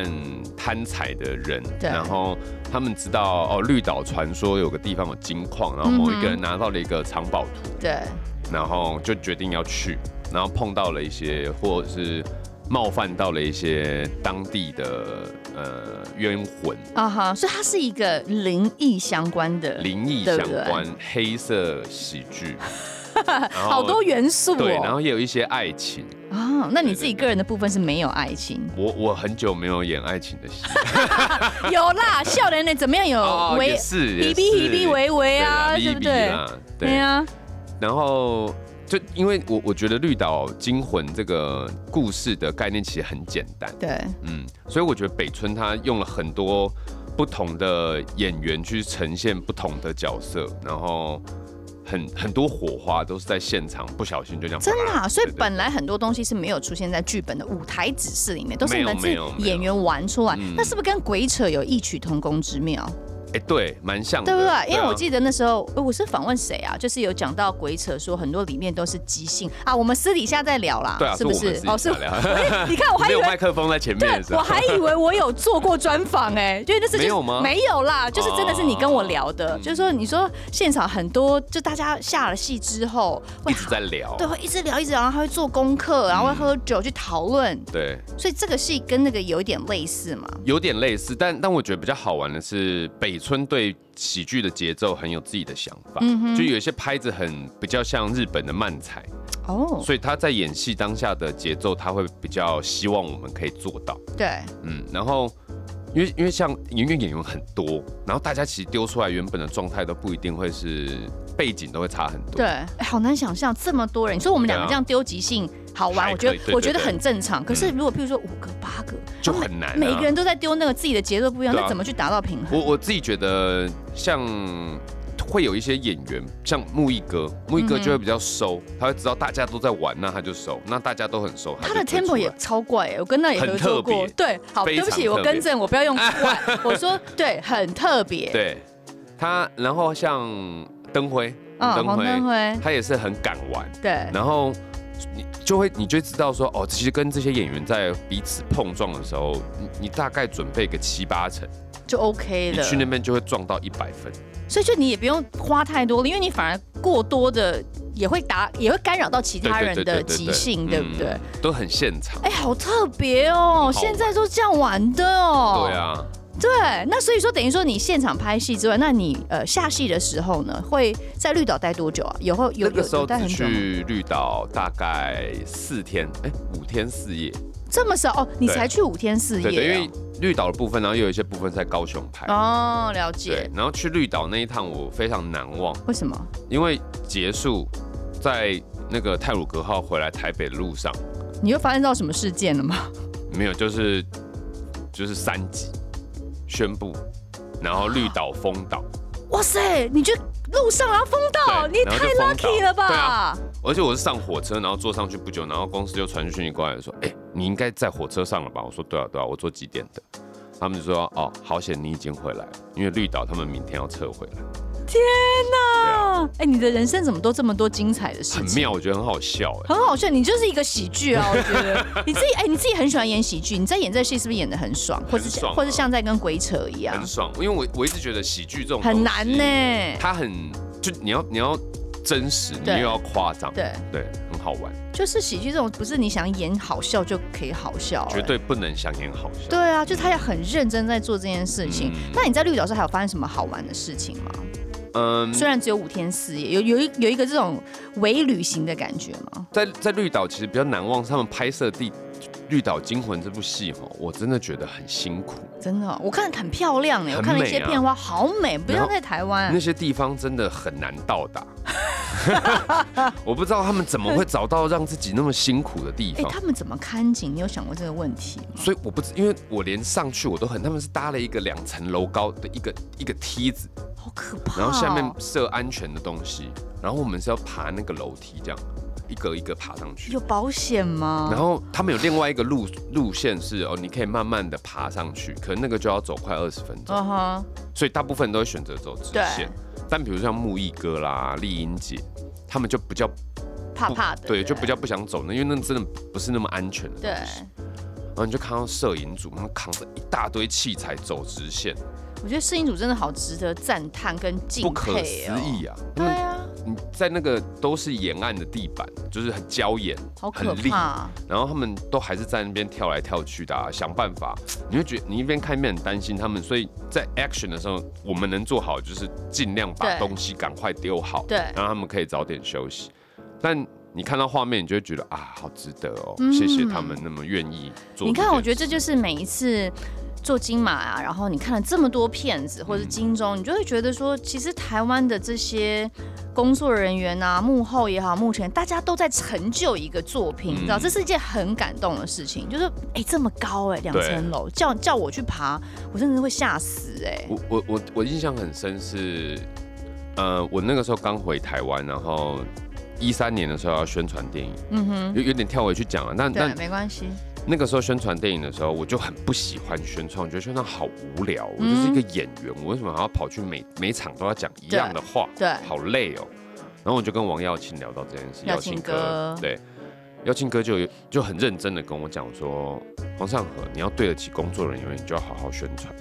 Speaker 4: 贪财的人，
Speaker 3: 对
Speaker 4: 然后他们知道哦，绿岛传说有个地方有金矿，然后
Speaker 3: 嗯
Speaker 4: 某一个人拿到了一个藏宝图，
Speaker 3: 对，
Speaker 4: 然后就决定要去，然后碰到了一些或者是冒犯到了一些当地的呃冤魂。
Speaker 3: 啊哈，所以它是一个灵异相关的
Speaker 4: 灵异
Speaker 3: 对
Speaker 4: 相
Speaker 3: 不对
Speaker 4: 关、黑色喜剧，然后
Speaker 3: 好多元素哦。
Speaker 4: 对，然后也有一些爱情。
Speaker 3: 啊，那你自己个人的部分是没有爱情？
Speaker 4: 我我很久没有演爱情的 戏，
Speaker 3: 有啦，笑脸呢怎么样有
Speaker 4: 哦，
Speaker 3: 维
Speaker 4: 也是，
Speaker 3: 比
Speaker 4: 也
Speaker 3: 比比
Speaker 4: 是
Speaker 3: 比维维
Speaker 4: 对啦
Speaker 3: 啊，
Speaker 4: 比
Speaker 3: 对不
Speaker 4: 比
Speaker 3: 对？
Speaker 4: 啦
Speaker 3: 对
Speaker 4: 对，
Speaker 3: 啊，
Speaker 4: 然后就因为我我觉得绿岛惊魂这个故事的概念其实很简单，
Speaker 3: 对，
Speaker 4: 嗯，所以我觉得北村他用了很多不同的演员去呈现不同的角色，然后很很多火花都是在现场不小心就这样啪。
Speaker 3: 真的啊。所以
Speaker 4: 对对
Speaker 3: 本来很多东西是没有出现在剧本的舞台指示里面，都是你们自
Speaker 4: 没
Speaker 3: 己
Speaker 4: 有没有没有
Speaker 3: 演员玩出来
Speaker 4: 嗯。
Speaker 3: 那是不是跟鬼扯有异曲同工之妙？
Speaker 4: 哎、对，啊蛮像的，
Speaker 3: 对不对？因为我
Speaker 4: 得
Speaker 3: 记得那时候呃我是访问谁啊，就是有讲到鬼扯，说很多里面都是即兴啊。我们私底下再聊啦，
Speaker 4: 对啊，
Speaker 3: 是不哦
Speaker 4: 我们
Speaker 3: 是
Speaker 4: 私？底下
Speaker 3: 我
Speaker 4: 聊
Speaker 3: 你看我还
Speaker 4: 没
Speaker 3: 以
Speaker 4: 有
Speaker 3: 为
Speaker 4: 麦克风在前面的时
Speaker 3: 对，我
Speaker 4: 候，
Speaker 3: 还以为我有做过专 访哎，因为那是就是
Speaker 4: 没有吗
Speaker 3: 没有啦，就是真的是你跟我聊的，
Speaker 4: 哦
Speaker 3: 就是说你说现场很多，就大家下了戏之后会
Speaker 4: 一直在聊，
Speaker 3: 对会一直聊一直聊，然后会做功课，然后会喝酒去讨论，
Speaker 4: 对，
Speaker 3: 所以这个戏跟那个有一点类似嘛。
Speaker 4: 有点类似，但但我觉得比较好玩的是，北村对喜剧的节奏很有自己的想法，
Speaker 3: 嗯
Speaker 4: 就有一些拍子很比较像日本的慢才，
Speaker 3: 哦，
Speaker 4: 所以他在演戏当下的节奏，他会比较希望我们可以做到，
Speaker 3: 对，
Speaker 4: 嗯，然后。因为因为像因为演员很多，然后大家其实丢出来原本的状态都不一定会是背景都会差很多。
Speaker 3: 对，哎好难想象这么多人。你说我们两个
Speaker 4: 对啊
Speaker 3: 这样丢即兴好玩，
Speaker 4: 还
Speaker 3: 我觉
Speaker 4: 可以对
Speaker 3: 得我觉得
Speaker 4: 对对
Speaker 3: 很正常。可是如果譬如说五个八个，
Speaker 4: 就
Speaker 3: 他们
Speaker 4: 很难啊
Speaker 3: 每个人都在丢那个自己的节奏不一样，
Speaker 4: 对啊
Speaker 3: 那怎么去达到平衡？
Speaker 4: 我我自己觉得像。会有一些演员，像木易哥，木
Speaker 3: 嗯
Speaker 4: 易哥就会比较收，他会知道大家都在玩，那他就收，那大家都很收，
Speaker 3: 他的
Speaker 4: 就退
Speaker 3: tempo
Speaker 4: 出
Speaker 3: 也
Speaker 4: 来
Speaker 3: 超怪、欸，我跟那也合作
Speaker 4: 很特
Speaker 3: 过
Speaker 4: 别。
Speaker 3: 对，好，
Speaker 4: 非
Speaker 3: 对
Speaker 4: 常
Speaker 3: 不起，我
Speaker 4: 特别
Speaker 3: 更正，我不要用怪，我说 对，很特别。，
Speaker 4: 对他，然后像灯辉，
Speaker 3: 嗯，黄登辉，
Speaker 4: 他也是很敢玩，
Speaker 3: 对，
Speaker 4: 然后你就会你就会知道说，哦，其实跟这些演员在彼此碰撞的时候，你你大概准备个七八成，
Speaker 3: 就 OK
Speaker 4: 你
Speaker 3: 了
Speaker 4: 去。那边就会撞到一百分。
Speaker 3: 所以就你也不用花太多了，因为你反而过多的也会打，也会干扰到其他人的即兴，对不对？
Speaker 4: 嗯？都很现场。
Speaker 3: 哎、好特别哦！
Speaker 4: 很好玩
Speaker 3: 现在都这样玩的哦。
Speaker 4: 对。啊，
Speaker 3: 对，那所以说等于说你现场拍戏之外，那你呃下戏的时候呢，会在绿岛待多久啊？有会有
Speaker 4: 那个
Speaker 3: 有
Speaker 4: 时
Speaker 3: 有
Speaker 4: 候
Speaker 3: 待
Speaker 4: 只
Speaker 3: 很久吗？
Speaker 4: 去绿岛大概四天，哎、五天四夜。
Speaker 3: 这么少哦，你
Speaker 4: 对
Speaker 3: 才去五天四夜、哦。
Speaker 4: 对对，因为绿岛的部分，然后又有一些部分在高雄拍。
Speaker 3: 哦，了
Speaker 4: 对
Speaker 3: 解。，
Speaker 4: 然后去绿岛那一趟我非常难忘，
Speaker 3: 为什么？
Speaker 4: 因为结束在那个泰鲁格号回来台北的路上，
Speaker 3: 你又发现到什么事件了吗？
Speaker 4: 没有就是就是三级宣布，然后绿岛封岛，
Speaker 3: 哇塞，你就路上然后封道，
Speaker 4: 对
Speaker 3: 你也太
Speaker 4: 然后就封
Speaker 3: lucky
Speaker 4: 道
Speaker 3: 了吧？
Speaker 4: 对啊而且我是上火车，然后坐上去不久，然后公司就传讯息过来说，哎、你应该在火车上了吧？我说对啊对啊，我坐几点的？他们就说哦，好险你已经回来了，因为绿岛他们明天要撤回来，
Speaker 3: 天
Speaker 4: 对啊
Speaker 3: 哪！哎、你的人生怎么都这么多精彩的事
Speaker 4: 很
Speaker 3: 情？
Speaker 4: 妙，我觉得很好笑哎、
Speaker 3: 很好笑，你就是一个喜剧 啊！我觉得你自己哎、你自己很喜欢演喜剧，你在演这戏是不是演的很爽，或是
Speaker 4: 很爽啊
Speaker 3: 或是像在跟鬼扯一样
Speaker 4: 很，爽，因为我我一直觉得喜剧这种
Speaker 3: 很
Speaker 4: 东
Speaker 3: 难
Speaker 4: 西
Speaker 3: 呢、
Speaker 4: 它很就你要你要真实，你
Speaker 3: 对
Speaker 4: 又要夸张，
Speaker 3: 对
Speaker 4: 很好玩，
Speaker 3: 就是喜剧这种，不是你想演好笑就可以好笑、哎
Speaker 4: 绝对不能想演好笑。
Speaker 3: 对啊，就是他也很认真在做这件事情。
Speaker 4: 嗯
Speaker 3: 那你在绿岛时候还有发生什么好玩的事情吗？
Speaker 4: 嗯，
Speaker 3: 虽然只有五天四夜，有有一有一个这种伪旅行的感觉吗？
Speaker 4: 在在绿岛其实比较难忘，他们拍摄地《绿岛惊魂》这部戏哈，我真的觉得很辛苦，
Speaker 3: 真的哦，我看很漂亮哎，
Speaker 4: 很
Speaker 3: 我看了一些
Speaker 4: 美啊
Speaker 3: 片花，好美，不
Speaker 4: 然
Speaker 3: 像
Speaker 4: 后
Speaker 3: 在台湾
Speaker 4: 那。些地方真的很难到达。 我不知道他们怎么会找到让自己那么辛苦的地
Speaker 3: 哎、
Speaker 4: 方，
Speaker 3: 他们怎么看景？你有想过这个问题吗？
Speaker 4: 所以我不知，因为我连上去我都很，他们是搭了一个两层楼高的一个一个梯子，
Speaker 3: 好可怕、哦！
Speaker 4: 然后下面设安全的东西，然后我们是要爬那个楼梯，这样一格一格爬上去
Speaker 3: 有。保险吗？
Speaker 4: 然后他们有另外一个路路线是哦，你可以慢慢的爬上去，可能那个就要走快二十分钟，
Speaker 3: 嗯哼，
Speaker 4: 所以大部分都会选择走直线
Speaker 3: 对。
Speaker 4: 但比如像木易哥啦、丽英姐，他们就比较不
Speaker 3: 怕怕的，
Speaker 4: 对，就比
Speaker 3: 较
Speaker 4: 较不想走那，因为那真的不是那么安全的
Speaker 3: 对
Speaker 4: 东。西。然后你就看到摄影组他们扛着一大堆器材走直线，
Speaker 3: 我觉得摄影组真的好值得赞叹跟敬佩、哦，
Speaker 4: 不可思议啊！他
Speaker 3: 对
Speaker 4: 们
Speaker 3: 啊，
Speaker 4: 你在那个都是沿岸的地板，就是很礁岩，
Speaker 3: 好可
Speaker 4: 很利
Speaker 3: 怕、啊。
Speaker 4: 然后他们都还是在那边跳来跳去的、啊，想办法。你会觉得你一边看一边很担心他们，所以在 action 的时候，我们能做好就是尽量把
Speaker 3: 对
Speaker 4: 东西赶快丢好，
Speaker 3: 对
Speaker 4: 然后他们可以早点休息。但你看到画面，你就会觉得啊，好值得哦，
Speaker 3: 嗯
Speaker 4: 谢谢他们那么愿意做。
Speaker 3: 你看，我觉得这就是是每一次做金马啊，然后你看了这么多片子或者金钟，你就会觉得说，其实台湾的这些工作人员啊，幕后也好，幕前大家都在成就一个作品，你知道，
Speaker 4: 嗯
Speaker 3: 这是一件很感动的事情。就是哎、这么高哎、两层楼，叫叫我去爬，我真的会吓死哎、
Speaker 4: 我我我我印象很深是，呃，我那个时候刚回台湾，然后一三年的时候要宣传电影，
Speaker 3: 嗯哼，
Speaker 4: 有有点跳回去讲了。但
Speaker 3: 对，
Speaker 4: 但
Speaker 3: 没关系，
Speaker 4: 那个时候宣传电影的时候，我就很不喜欢宣传，我觉得宣传好无聊，我
Speaker 3: 嗯
Speaker 4: 就是一个演员，我为什么还要跑去每每场都要讲一样的话？
Speaker 3: 对
Speaker 4: 好累哦。然后我就跟王耀庆聊到这件事，
Speaker 3: 耀庆哥
Speaker 4: 对，耀庆哥就有就很认真的跟我讲说，黄尚和，你要对得起工作人员，你就要好好宣传，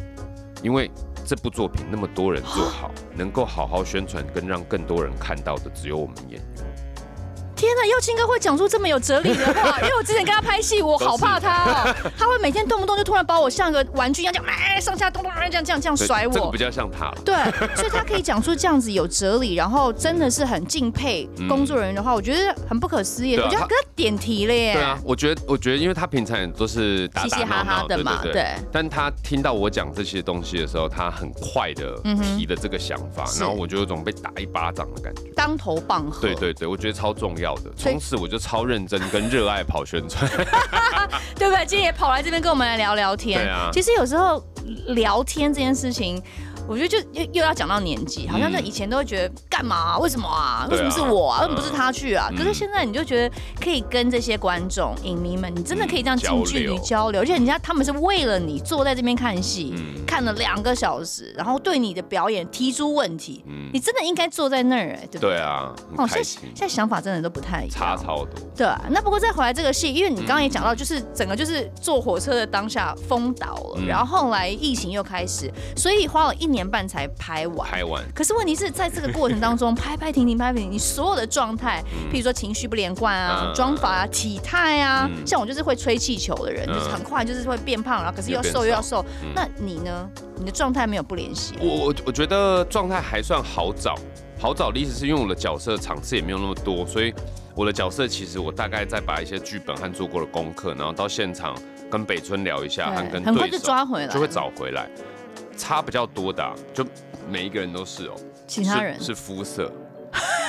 Speaker 4: 因为这部作品那么多人做好，能够好好宣传跟让更多人看到的，只有我们演员。
Speaker 3: 天哪，耀庆哥会讲出这么有哲理的话，因为我之前跟他拍戏，我好怕他哦， 他会每天动不动就突然把我像个玩具一样，这样哎上下动动，哎这样这样这样
Speaker 4: 对
Speaker 3: 甩
Speaker 4: 这个
Speaker 3: 我
Speaker 4: 比。较像他了。
Speaker 3: 对，所以他可以讲出这样子有哲理，然后真的是很敬佩
Speaker 4: 嗯
Speaker 3: 工作人员的话，我觉得很不可思议。
Speaker 4: 对啊
Speaker 3: 我觉得
Speaker 4: 他
Speaker 3: 他跟他点题了耶，
Speaker 4: 对啊，我觉得，我觉得，因为他平常也都是打
Speaker 3: 嘻
Speaker 4: 打
Speaker 3: 嘻
Speaker 4: 闹
Speaker 3: 哈哈
Speaker 4: 闹
Speaker 3: 的嘛，
Speaker 4: 对对对
Speaker 3: 对，
Speaker 4: 但他听到我讲这些东西的时候，他很快的
Speaker 3: 嗯哼
Speaker 4: 提了这个想法，
Speaker 3: 是
Speaker 4: 然后我就有种被打一巴掌的感觉。
Speaker 3: 当头棒喝。
Speaker 4: 对对对，我觉得超重要的。
Speaker 3: 所以
Speaker 4: 从此我就超认真跟热爱跑宣传。
Speaker 3: 对不对？今天也跑来这边跟我们来聊聊天。
Speaker 4: 对啊
Speaker 3: 其实有时候聊天这件事情。我觉得就又又要讲到年纪，好像
Speaker 4: 嗯
Speaker 3: 是以前都会觉得干嘛啊、为什么啊？为
Speaker 4: 对啊
Speaker 3: 什么是我啊？为
Speaker 4: 嗯
Speaker 3: 什么不是他去啊？
Speaker 4: 嗯
Speaker 3: 可是现在你就觉得可以跟这些观众、影迷们，你真的可以这样
Speaker 4: 嗯
Speaker 3: 近距离交流，而且人家他们是为了你坐在这边看戏，
Speaker 4: 嗯
Speaker 3: 看了两个小时，然后对你的表演提出问题，
Speaker 4: 嗯
Speaker 3: 你，真的应该坐在那儿哎、对不对？
Speaker 4: 对啊，
Speaker 3: 哦，
Speaker 4: 很
Speaker 3: 现在
Speaker 4: 开心
Speaker 3: 现，在想法真的都不太一样，
Speaker 4: 差超多。
Speaker 3: 对，啊那不过再回来这个戏，因为你刚刚也讲
Speaker 4: 嗯
Speaker 3: 到，就是整个就是坐火车的当下封岛了，
Speaker 4: 嗯
Speaker 3: 然后后来疫情又开始，所以花了一年半才拍完。
Speaker 4: 拍完，
Speaker 3: 可是问题是在这个过程 当中，拍拍停停拍拍停，你所有的状态，譬如说情绪不连贯啊、
Speaker 4: 嗯
Speaker 3: 妆法啊、体态啊，
Speaker 4: 嗯
Speaker 3: 像我就是会吹气球的人，
Speaker 4: 嗯
Speaker 3: 就是很快就是会变胖，然后可是又
Speaker 4: 又变
Speaker 3: 瘦又要
Speaker 4: 瘦嗯
Speaker 3: 瘦。那你呢？你的状态没有不联系，啊
Speaker 4: 我我我觉得状态还算好找，好找的意思是因为我的角色场次也没有那么多，所以我的角色其实我大概再把一些剧本和做过的功课，然后到现场跟北村聊一下，和啊跟
Speaker 3: 很快
Speaker 4: 对
Speaker 3: 就
Speaker 4: 手
Speaker 3: 抓回来，
Speaker 4: 就会找回来。差比较多的啊、就每一个人都是哦，
Speaker 3: 其他人
Speaker 4: 是。是肤色，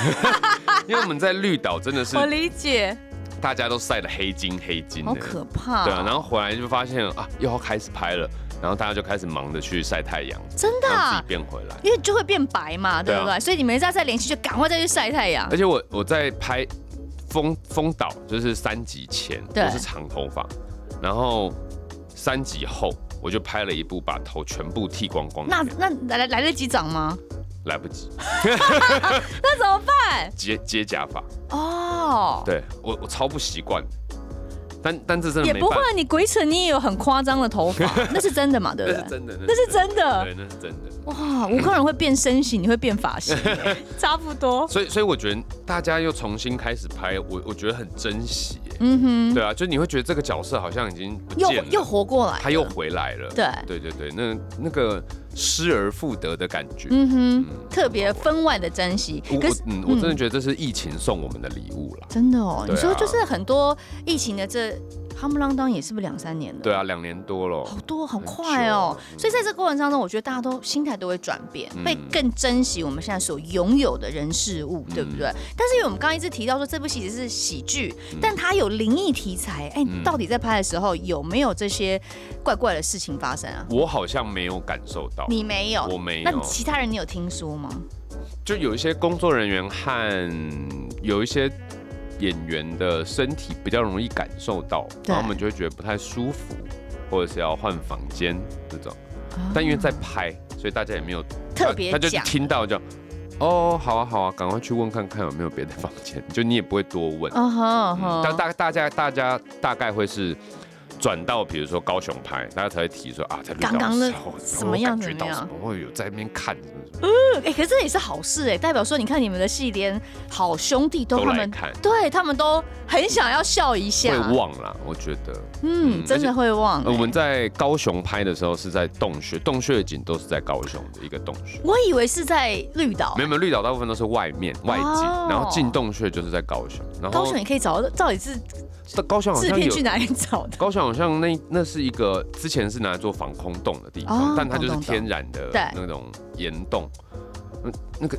Speaker 4: 因为我们在绿岛真的是
Speaker 3: 我理解，
Speaker 4: 大家都晒得黑金黑金
Speaker 3: 好
Speaker 4: 的，
Speaker 3: 可怕、哦
Speaker 4: 对啊，然后回来就发现啊又要开始拍了，然后大家就开始忙着去晒太阳，
Speaker 3: 真的、
Speaker 4: 让自
Speaker 3: 啊
Speaker 4: 己，变回来。
Speaker 3: 因为就会变白嘛，对
Speaker 4: 对啊
Speaker 3: 不对？所以你们在再联系，就赶快再去晒太阳
Speaker 4: 而。且我我在拍《风风岛》就是三集前，
Speaker 3: 对
Speaker 4: 我是长头发，然后三集后我就拍了一部把头全部剃光光的
Speaker 3: 那
Speaker 4: 片，
Speaker 3: 那来来来得及长吗？
Speaker 4: 来不及
Speaker 3: 那怎么办？
Speaker 4: 接接假发，
Speaker 3: 哦，
Speaker 4: 对我我超不习惯，但但这真的
Speaker 3: 也
Speaker 4: 没
Speaker 3: 不
Speaker 4: 办
Speaker 3: 会啊
Speaker 4: 法，，
Speaker 3: 你鬼扯你也有很夸张的头 发，那是真的嘛，对不
Speaker 4: 那是？
Speaker 3: 对
Speaker 4: 真的，
Speaker 3: 那是真的
Speaker 4: 对，那是真的。
Speaker 3: 哇，吴康人会变身形，你会变发 型，差不多。
Speaker 4: 所以所以我觉得大家又重新开始拍，我我觉得很珍惜耶。
Speaker 3: 嗯哼，
Speaker 4: 对啊，就你会觉得这个角色好像已经不
Speaker 3: 又
Speaker 4: 见了，
Speaker 3: 又活过来了，
Speaker 4: 他又回来了。
Speaker 3: 对
Speaker 4: 对对对，那那个失而复得的感觉。
Speaker 3: 嗯哼，特别分外的珍惜
Speaker 4: 我。
Speaker 3: 可
Speaker 4: 我
Speaker 3: 是
Speaker 4: 嗯，我真的觉得这是疫情送我们的礼物啦。
Speaker 3: 真的哦，
Speaker 4: 对
Speaker 3: 你
Speaker 4: 啊
Speaker 3: 说就是很多疫情的这夯不啷当也是不是两三年了？
Speaker 4: 对啊，两年多了
Speaker 3: 好，多好
Speaker 4: 很
Speaker 3: 快
Speaker 4: 久
Speaker 3: 哦
Speaker 4: 啊，
Speaker 3: 所以在这过程当中，我觉得大家都心态都会转变，
Speaker 4: 嗯
Speaker 3: 会更珍惜我们现在所拥有的人事物，
Speaker 4: 嗯
Speaker 3: 对不对？但是因为我们刚刚一直提到说这部戏只是喜剧，但它有灵异题材，哎，
Speaker 4: 嗯
Speaker 3: 到底在拍的时候有没有这些怪怪的事情发生啊？
Speaker 4: 我好像没有感受到，
Speaker 3: 你没有，
Speaker 4: 我没
Speaker 3: 那你
Speaker 4: 有，
Speaker 3: 其他人你有听说吗？
Speaker 4: 就有一些工作人员和有一些演员的身体比较容易感受到，
Speaker 3: 对
Speaker 4: 然后他们就会觉得不太舒服，或者是要换房间这种。但因为在拍，所以大家也没有
Speaker 3: 哦特别
Speaker 4: 他他就
Speaker 3: 讲
Speaker 4: 听到就，哦，好啊好啊，赶快去问看看有没有别的 房间，就你也不会多问。
Speaker 3: 啊哈
Speaker 4: 嗯
Speaker 3: 哈，
Speaker 4: 但大大家大家大概会是转到比如说高雄拍，大家才会提说啊，在
Speaker 3: 刚刚那怎
Speaker 4: 什
Speaker 3: 么样
Speaker 4: 感觉
Speaker 3: 怎
Speaker 4: 到
Speaker 3: 么样
Speaker 4: 什么，会有在那边看什么什么
Speaker 3: 哎、可是这也是好事哎、代表说你看你们的戏，连好兄弟都
Speaker 4: 都
Speaker 3: 他
Speaker 4: 来
Speaker 3: 们
Speaker 4: 看，
Speaker 3: 对他们都很想要笑一下，
Speaker 4: 会忘啦，我觉得。
Speaker 3: 嗯，
Speaker 4: 嗯
Speaker 3: 真
Speaker 4: 而
Speaker 3: 的
Speaker 4: 且
Speaker 3: 会忘、
Speaker 4: 呃我们在高雄拍的时候是在洞穴，洞穴的景都是在高雄的一个洞穴。
Speaker 3: 我以为是在绿岛
Speaker 4: 没，有没有，绿岛大部分都是外面外景，
Speaker 3: 哦
Speaker 4: 然后进洞穴就是在高雄。然后
Speaker 3: 高雄也可以找到，到底是
Speaker 4: 高雄好
Speaker 3: 制
Speaker 4: 像
Speaker 3: 片
Speaker 4: 有
Speaker 3: 去哪里找的？
Speaker 4: 高雄好像那那是一个之前是拿来做防空洞的地方，
Speaker 3: 哦
Speaker 4: 但它就是
Speaker 3: 懂懂懂
Speaker 4: 天然的
Speaker 3: 对
Speaker 4: 那种岩洞，那那个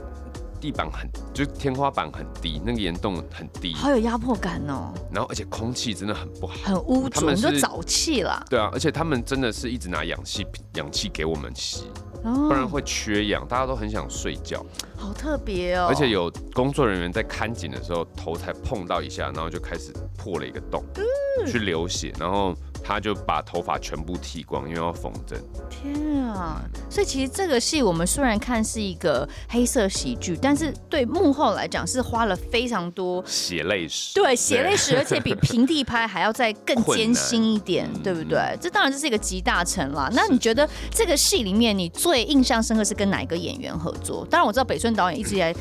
Speaker 4: 地板很就是天花板很低，那个岩洞很低，
Speaker 3: 好有压迫感哦，
Speaker 4: 然后而且空气真的很不好。
Speaker 3: 很污
Speaker 4: 他
Speaker 3: 浊，
Speaker 4: 们
Speaker 3: 你就是沼气啦。
Speaker 4: 对啊，而且他们真的是一直拿氧气氧气给我们吸，
Speaker 3: 哦
Speaker 4: 不然会缺氧，大家都很想睡觉，
Speaker 3: 好特别哦，
Speaker 4: 而且有工作人员在看景的时候头才碰到一下，然后就开始破了一个洞，
Speaker 3: 嗯
Speaker 4: 去流血，然后他就把头发全部剃光，因为要缝针。
Speaker 3: 天啊！所以其实这个戏我们虽然看是一个黑色喜剧，但是对幕后来讲是花了非常多。
Speaker 4: 血泪史。
Speaker 3: 对，血泪史，而且比平地拍还要再更
Speaker 4: 困难嗯
Speaker 3: 艰辛一点，对不对？这当然这是一个集大成啦。那你觉得这个戏里面你最印象深刻是跟哪一个演员合作？当然我知道北顺导演一直以来，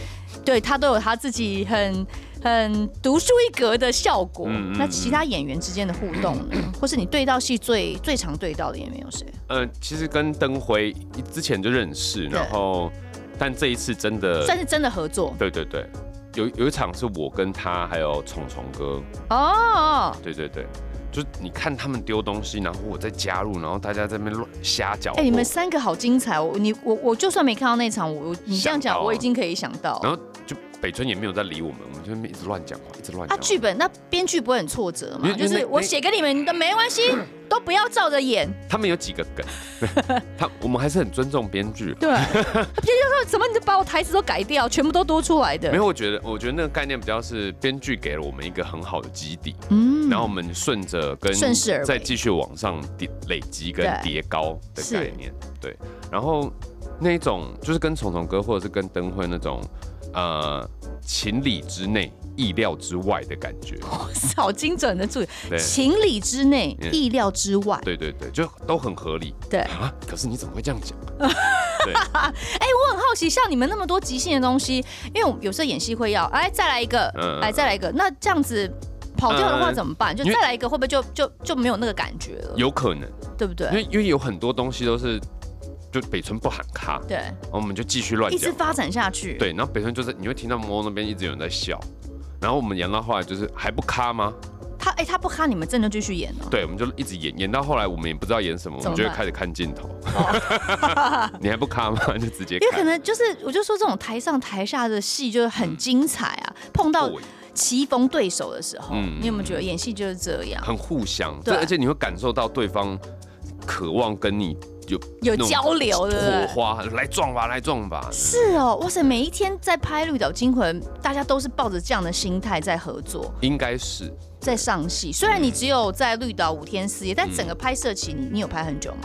Speaker 3: 对他都有他自己很很独树一格的效果。
Speaker 4: 嗯嗯
Speaker 3: 那其他演员之间的互动呢？或是你对到戏最最常对到的演员有谁？
Speaker 4: 呃，其实跟灯辉之前就认识，
Speaker 3: 对
Speaker 4: 然后但这一次真的，
Speaker 3: 算是真的合作
Speaker 4: 对对对，有有一场是我跟他还有虫虫哥，
Speaker 3: 哦。
Speaker 4: 对对对，就你看他们丢东西，然后我再加入，然后大家在那边乱瞎搅
Speaker 3: 哎、
Speaker 4: 和。
Speaker 3: 你们三个好精彩！哦！你我我就算没看到那场，我我你这样
Speaker 4: 想
Speaker 3: 讲，
Speaker 4: 到啊
Speaker 3: 我已经可以想到
Speaker 4: 然后就北村也没有在理我们，我们就在那边一直乱讲话，一直乱
Speaker 3: 啊
Speaker 4: 讲。。话。
Speaker 3: 剧本那编剧不会很挫折
Speaker 4: 因为
Speaker 3: 吗？就
Speaker 4: 因为
Speaker 3: 是
Speaker 4: 那
Speaker 3: 我写给你们的没 关系，都不要照着演。
Speaker 4: 他们有几个 梗，他我们还是很尊重编剧。
Speaker 3: 对，编剧啊说怎么你就把我台词都改掉，全部都多出来
Speaker 4: 没
Speaker 3: 的。
Speaker 4: 有，我觉得，我觉得那个概念比较是编剧给了我们一个很好的基底，
Speaker 3: 嗯
Speaker 4: 然后我们顺着跟
Speaker 3: 顺势而为
Speaker 4: 再继续往上叠累积跟
Speaker 3: 对
Speaker 4: 叠高的
Speaker 3: 是
Speaker 4: 概念，对。然后那种就是跟虫虫哥或者是跟灯辉那种，呃，情理之内、意料之外的感觉，
Speaker 3: 哦好精准的注意，
Speaker 4: 对
Speaker 3: 情理之内，
Speaker 4: 嗯
Speaker 3: 意料之外。
Speaker 4: 对对对，就都很合理
Speaker 3: 对，
Speaker 4: 啊。可是你怎么会这样讲？
Speaker 3: 哎我很好奇，像你们那么多即兴的东西，因为我有时候演戏会要，哎，再来一个，
Speaker 4: 嗯
Speaker 3: 哎，再来一个，那这样子跑掉的话
Speaker 4: 嗯
Speaker 3: 怎么办？就
Speaker 4: 因为
Speaker 3: 再来一个，会不会就就就没有那个感觉了？
Speaker 4: 有可能，
Speaker 3: 对不
Speaker 4: 因
Speaker 3: 对？
Speaker 4: 为因为有很多东西都是，就北村不喊卡，
Speaker 3: 对，
Speaker 4: 然后我们就继续乱
Speaker 3: 一
Speaker 4: 讲
Speaker 3: 直。发展下去。，
Speaker 4: 对，然后北村就是你会听到摸那边一直有人在笑，然后我们演到后来就是还不卡吗？
Speaker 3: 他哎，他不看你们，真的继续演哦。
Speaker 4: 对，我们就一直演，演到后来我们也不知道演什么，我
Speaker 3: 怎
Speaker 4: 们
Speaker 3: 么
Speaker 4: 就会
Speaker 3: 办哦
Speaker 4: 开始看镜头。 你还不卡吗？就直接
Speaker 3: 因为可
Speaker 4: 看。嗯
Speaker 3: 能就是，我就说这种台上台下的戏就是很精彩啊。碰到
Speaker 4: 互
Speaker 3: 棋逢对手的时候，
Speaker 4: 哦嗯
Speaker 3: 你有没有觉得演戏就是这样，
Speaker 4: 很互相，
Speaker 3: 对
Speaker 4: 对，而且你会感受到对方渴望跟你有那
Speaker 3: 有
Speaker 4: 种
Speaker 3: 交流
Speaker 4: 火
Speaker 3: 的？
Speaker 4: 花，来撞吧，来撞吧。
Speaker 3: 是哦，哇塞！每一天在拍《绿岛惊魂》，大家都是抱着这样的心态在合作，
Speaker 4: 应该是
Speaker 3: 在上戏。虽然你只有在绿岛五天四夜，但整个拍摄期你你有拍很久吗？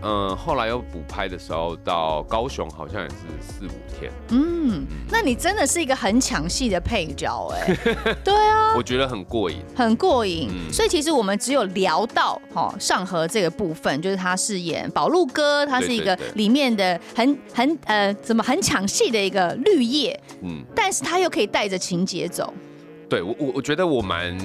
Speaker 4: 嗯，后来又补拍的时候到高雄，好像也是四五天，
Speaker 3: 嗯，那你真的是一个很抢戏的配角哎、 对啊，
Speaker 4: 我觉得很过瘾。
Speaker 3: 很过瘾。
Speaker 4: 嗯
Speaker 3: 所以其实我们只有聊到哦上河这个部分，就是他饰演宝路哥，他是一个
Speaker 4: 对对对
Speaker 3: 里面的很很呃怎么很抢戏的一个绿叶，
Speaker 4: 嗯，
Speaker 3: 但是他又可以带着情节走。
Speaker 4: 对我我我觉得我蛮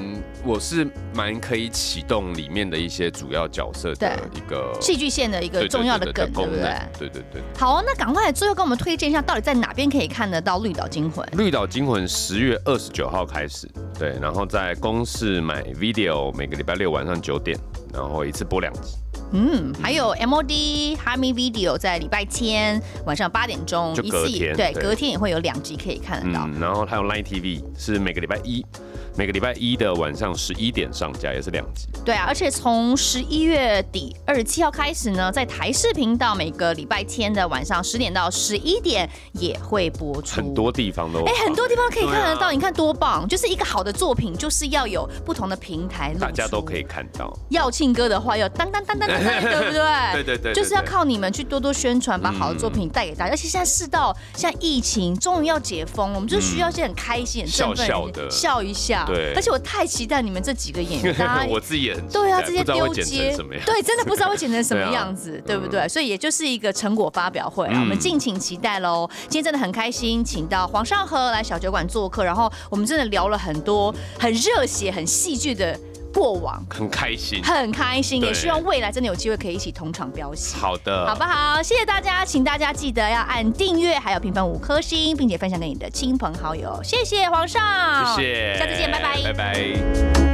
Speaker 4: 我是蛮可以启动里面的一些主要角色的一个
Speaker 3: 戏剧线的一个
Speaker 4: 对对
Speaker 3: 重要的
Speaker 4: 对
Speaker 3: 梗，对
Speaker 4: 功
Speaker 3: 不对？
Speaker 4: 能，对对对。
Speaker 3: 好、哦，那赶快最后跟我们推荐一下，到底在哪边可以看得到《绿岛惊魂》？
Speaker 4: 绿岛惊魂十月二十九号开始，对，然后在公视买 video，每个礼拜六晚上九点，然后一次播两集，
Speaker 3: 嗯，还有 MOD、哈密 Video 在礼拜天晚上八点钟
Speaker 4: 就
Speaker 3: 一
Speaker 4: 隔
Speaker 3: 次也，
Speaker 4: 天
Speaker 3: 对，
Speaker 4: 对
Speaker 3: 隔天也会有两集可以看得到。
Speaker 4: 嗯，然后还有 Line TV 是每个礼拜一，每个礼拜一的晚上十一点上架，也是两集，
Speaker 3: 对啊，而且从十一月底二十七号开始呢，在台视频道每个礼拜天的晚上十点到十一点也会播出。
Speaker 4: 很多地方都有
Speaker 3: 哎、很多地方可以看得
Speaker 4: 对
Speaker 3: 到，
Speaker 4: 啊
Speaker 3: 你看多棒！就是一个好的作品，就是要有不同的平台露出
Speaker 4: 大家都可以。看到，
Speaker 3: 要庆歌的话，要当当当当当 当，对不对？
Speaker 4: 对对对对
Speaker 3: 就是要
Speaker 4: 对
Speaker 3: 靠你们去多多宣传，把好的作品带给大家。而且现在世道，现在疫情终于要解封，我们就需要一些很开心、很振
Speaker 4: 嗯
Speaker 3: 奋
Speaker 4: 笑笑
Speaker 3: 人
Speaker 4: 的
Speaker 3: 笑一下，啊！
Speaker 4: 对
Speaker 3: 而且我太期待你们这几个 演员，大家
Speaker 4: 我自己也很期
Speaker 3: 对啊，
Speaker 4: 待
Speaker 3: 这
Speaker 4: 不
Speaker 3: 些
Speaker 4: 知道会
Speaker 3: 丢
Speaker 4: 剪成
Speaker 3: 接
Speaker 4: 什么样，
Speaker 3: 对，真的不知道会剪成什 么
Speaker 4: 对啊
Speaker 3: 样子，对不对？所以也就是一个成果发表会啊，我们
Speaker 4: 嗯
Speaker 3: 敬请期待喽。今天真的很开心，请到黄尚和来小酒馆做客，然后我们真的聊了很多很热血、很戏剧的过往，
Speaker 4: 很开心。
Speaker 3: 很开心，也
Speaker 4: 对
Speaker 3: 希望未来真的有机会可以一起同场飙戏。
Speaker 4: 好的，
Speaker 3: 好不好？谢谢大家，请大家记得要按订阅，还有评分五颗星，并且分享给你的亲朋好友。谢谢皇上，
Speaker 4: 谢谢，
Speaker 3: 下次见，拜
Speaker 4: 拜
Speaker 3: 拜，
Speaker 4: 拜。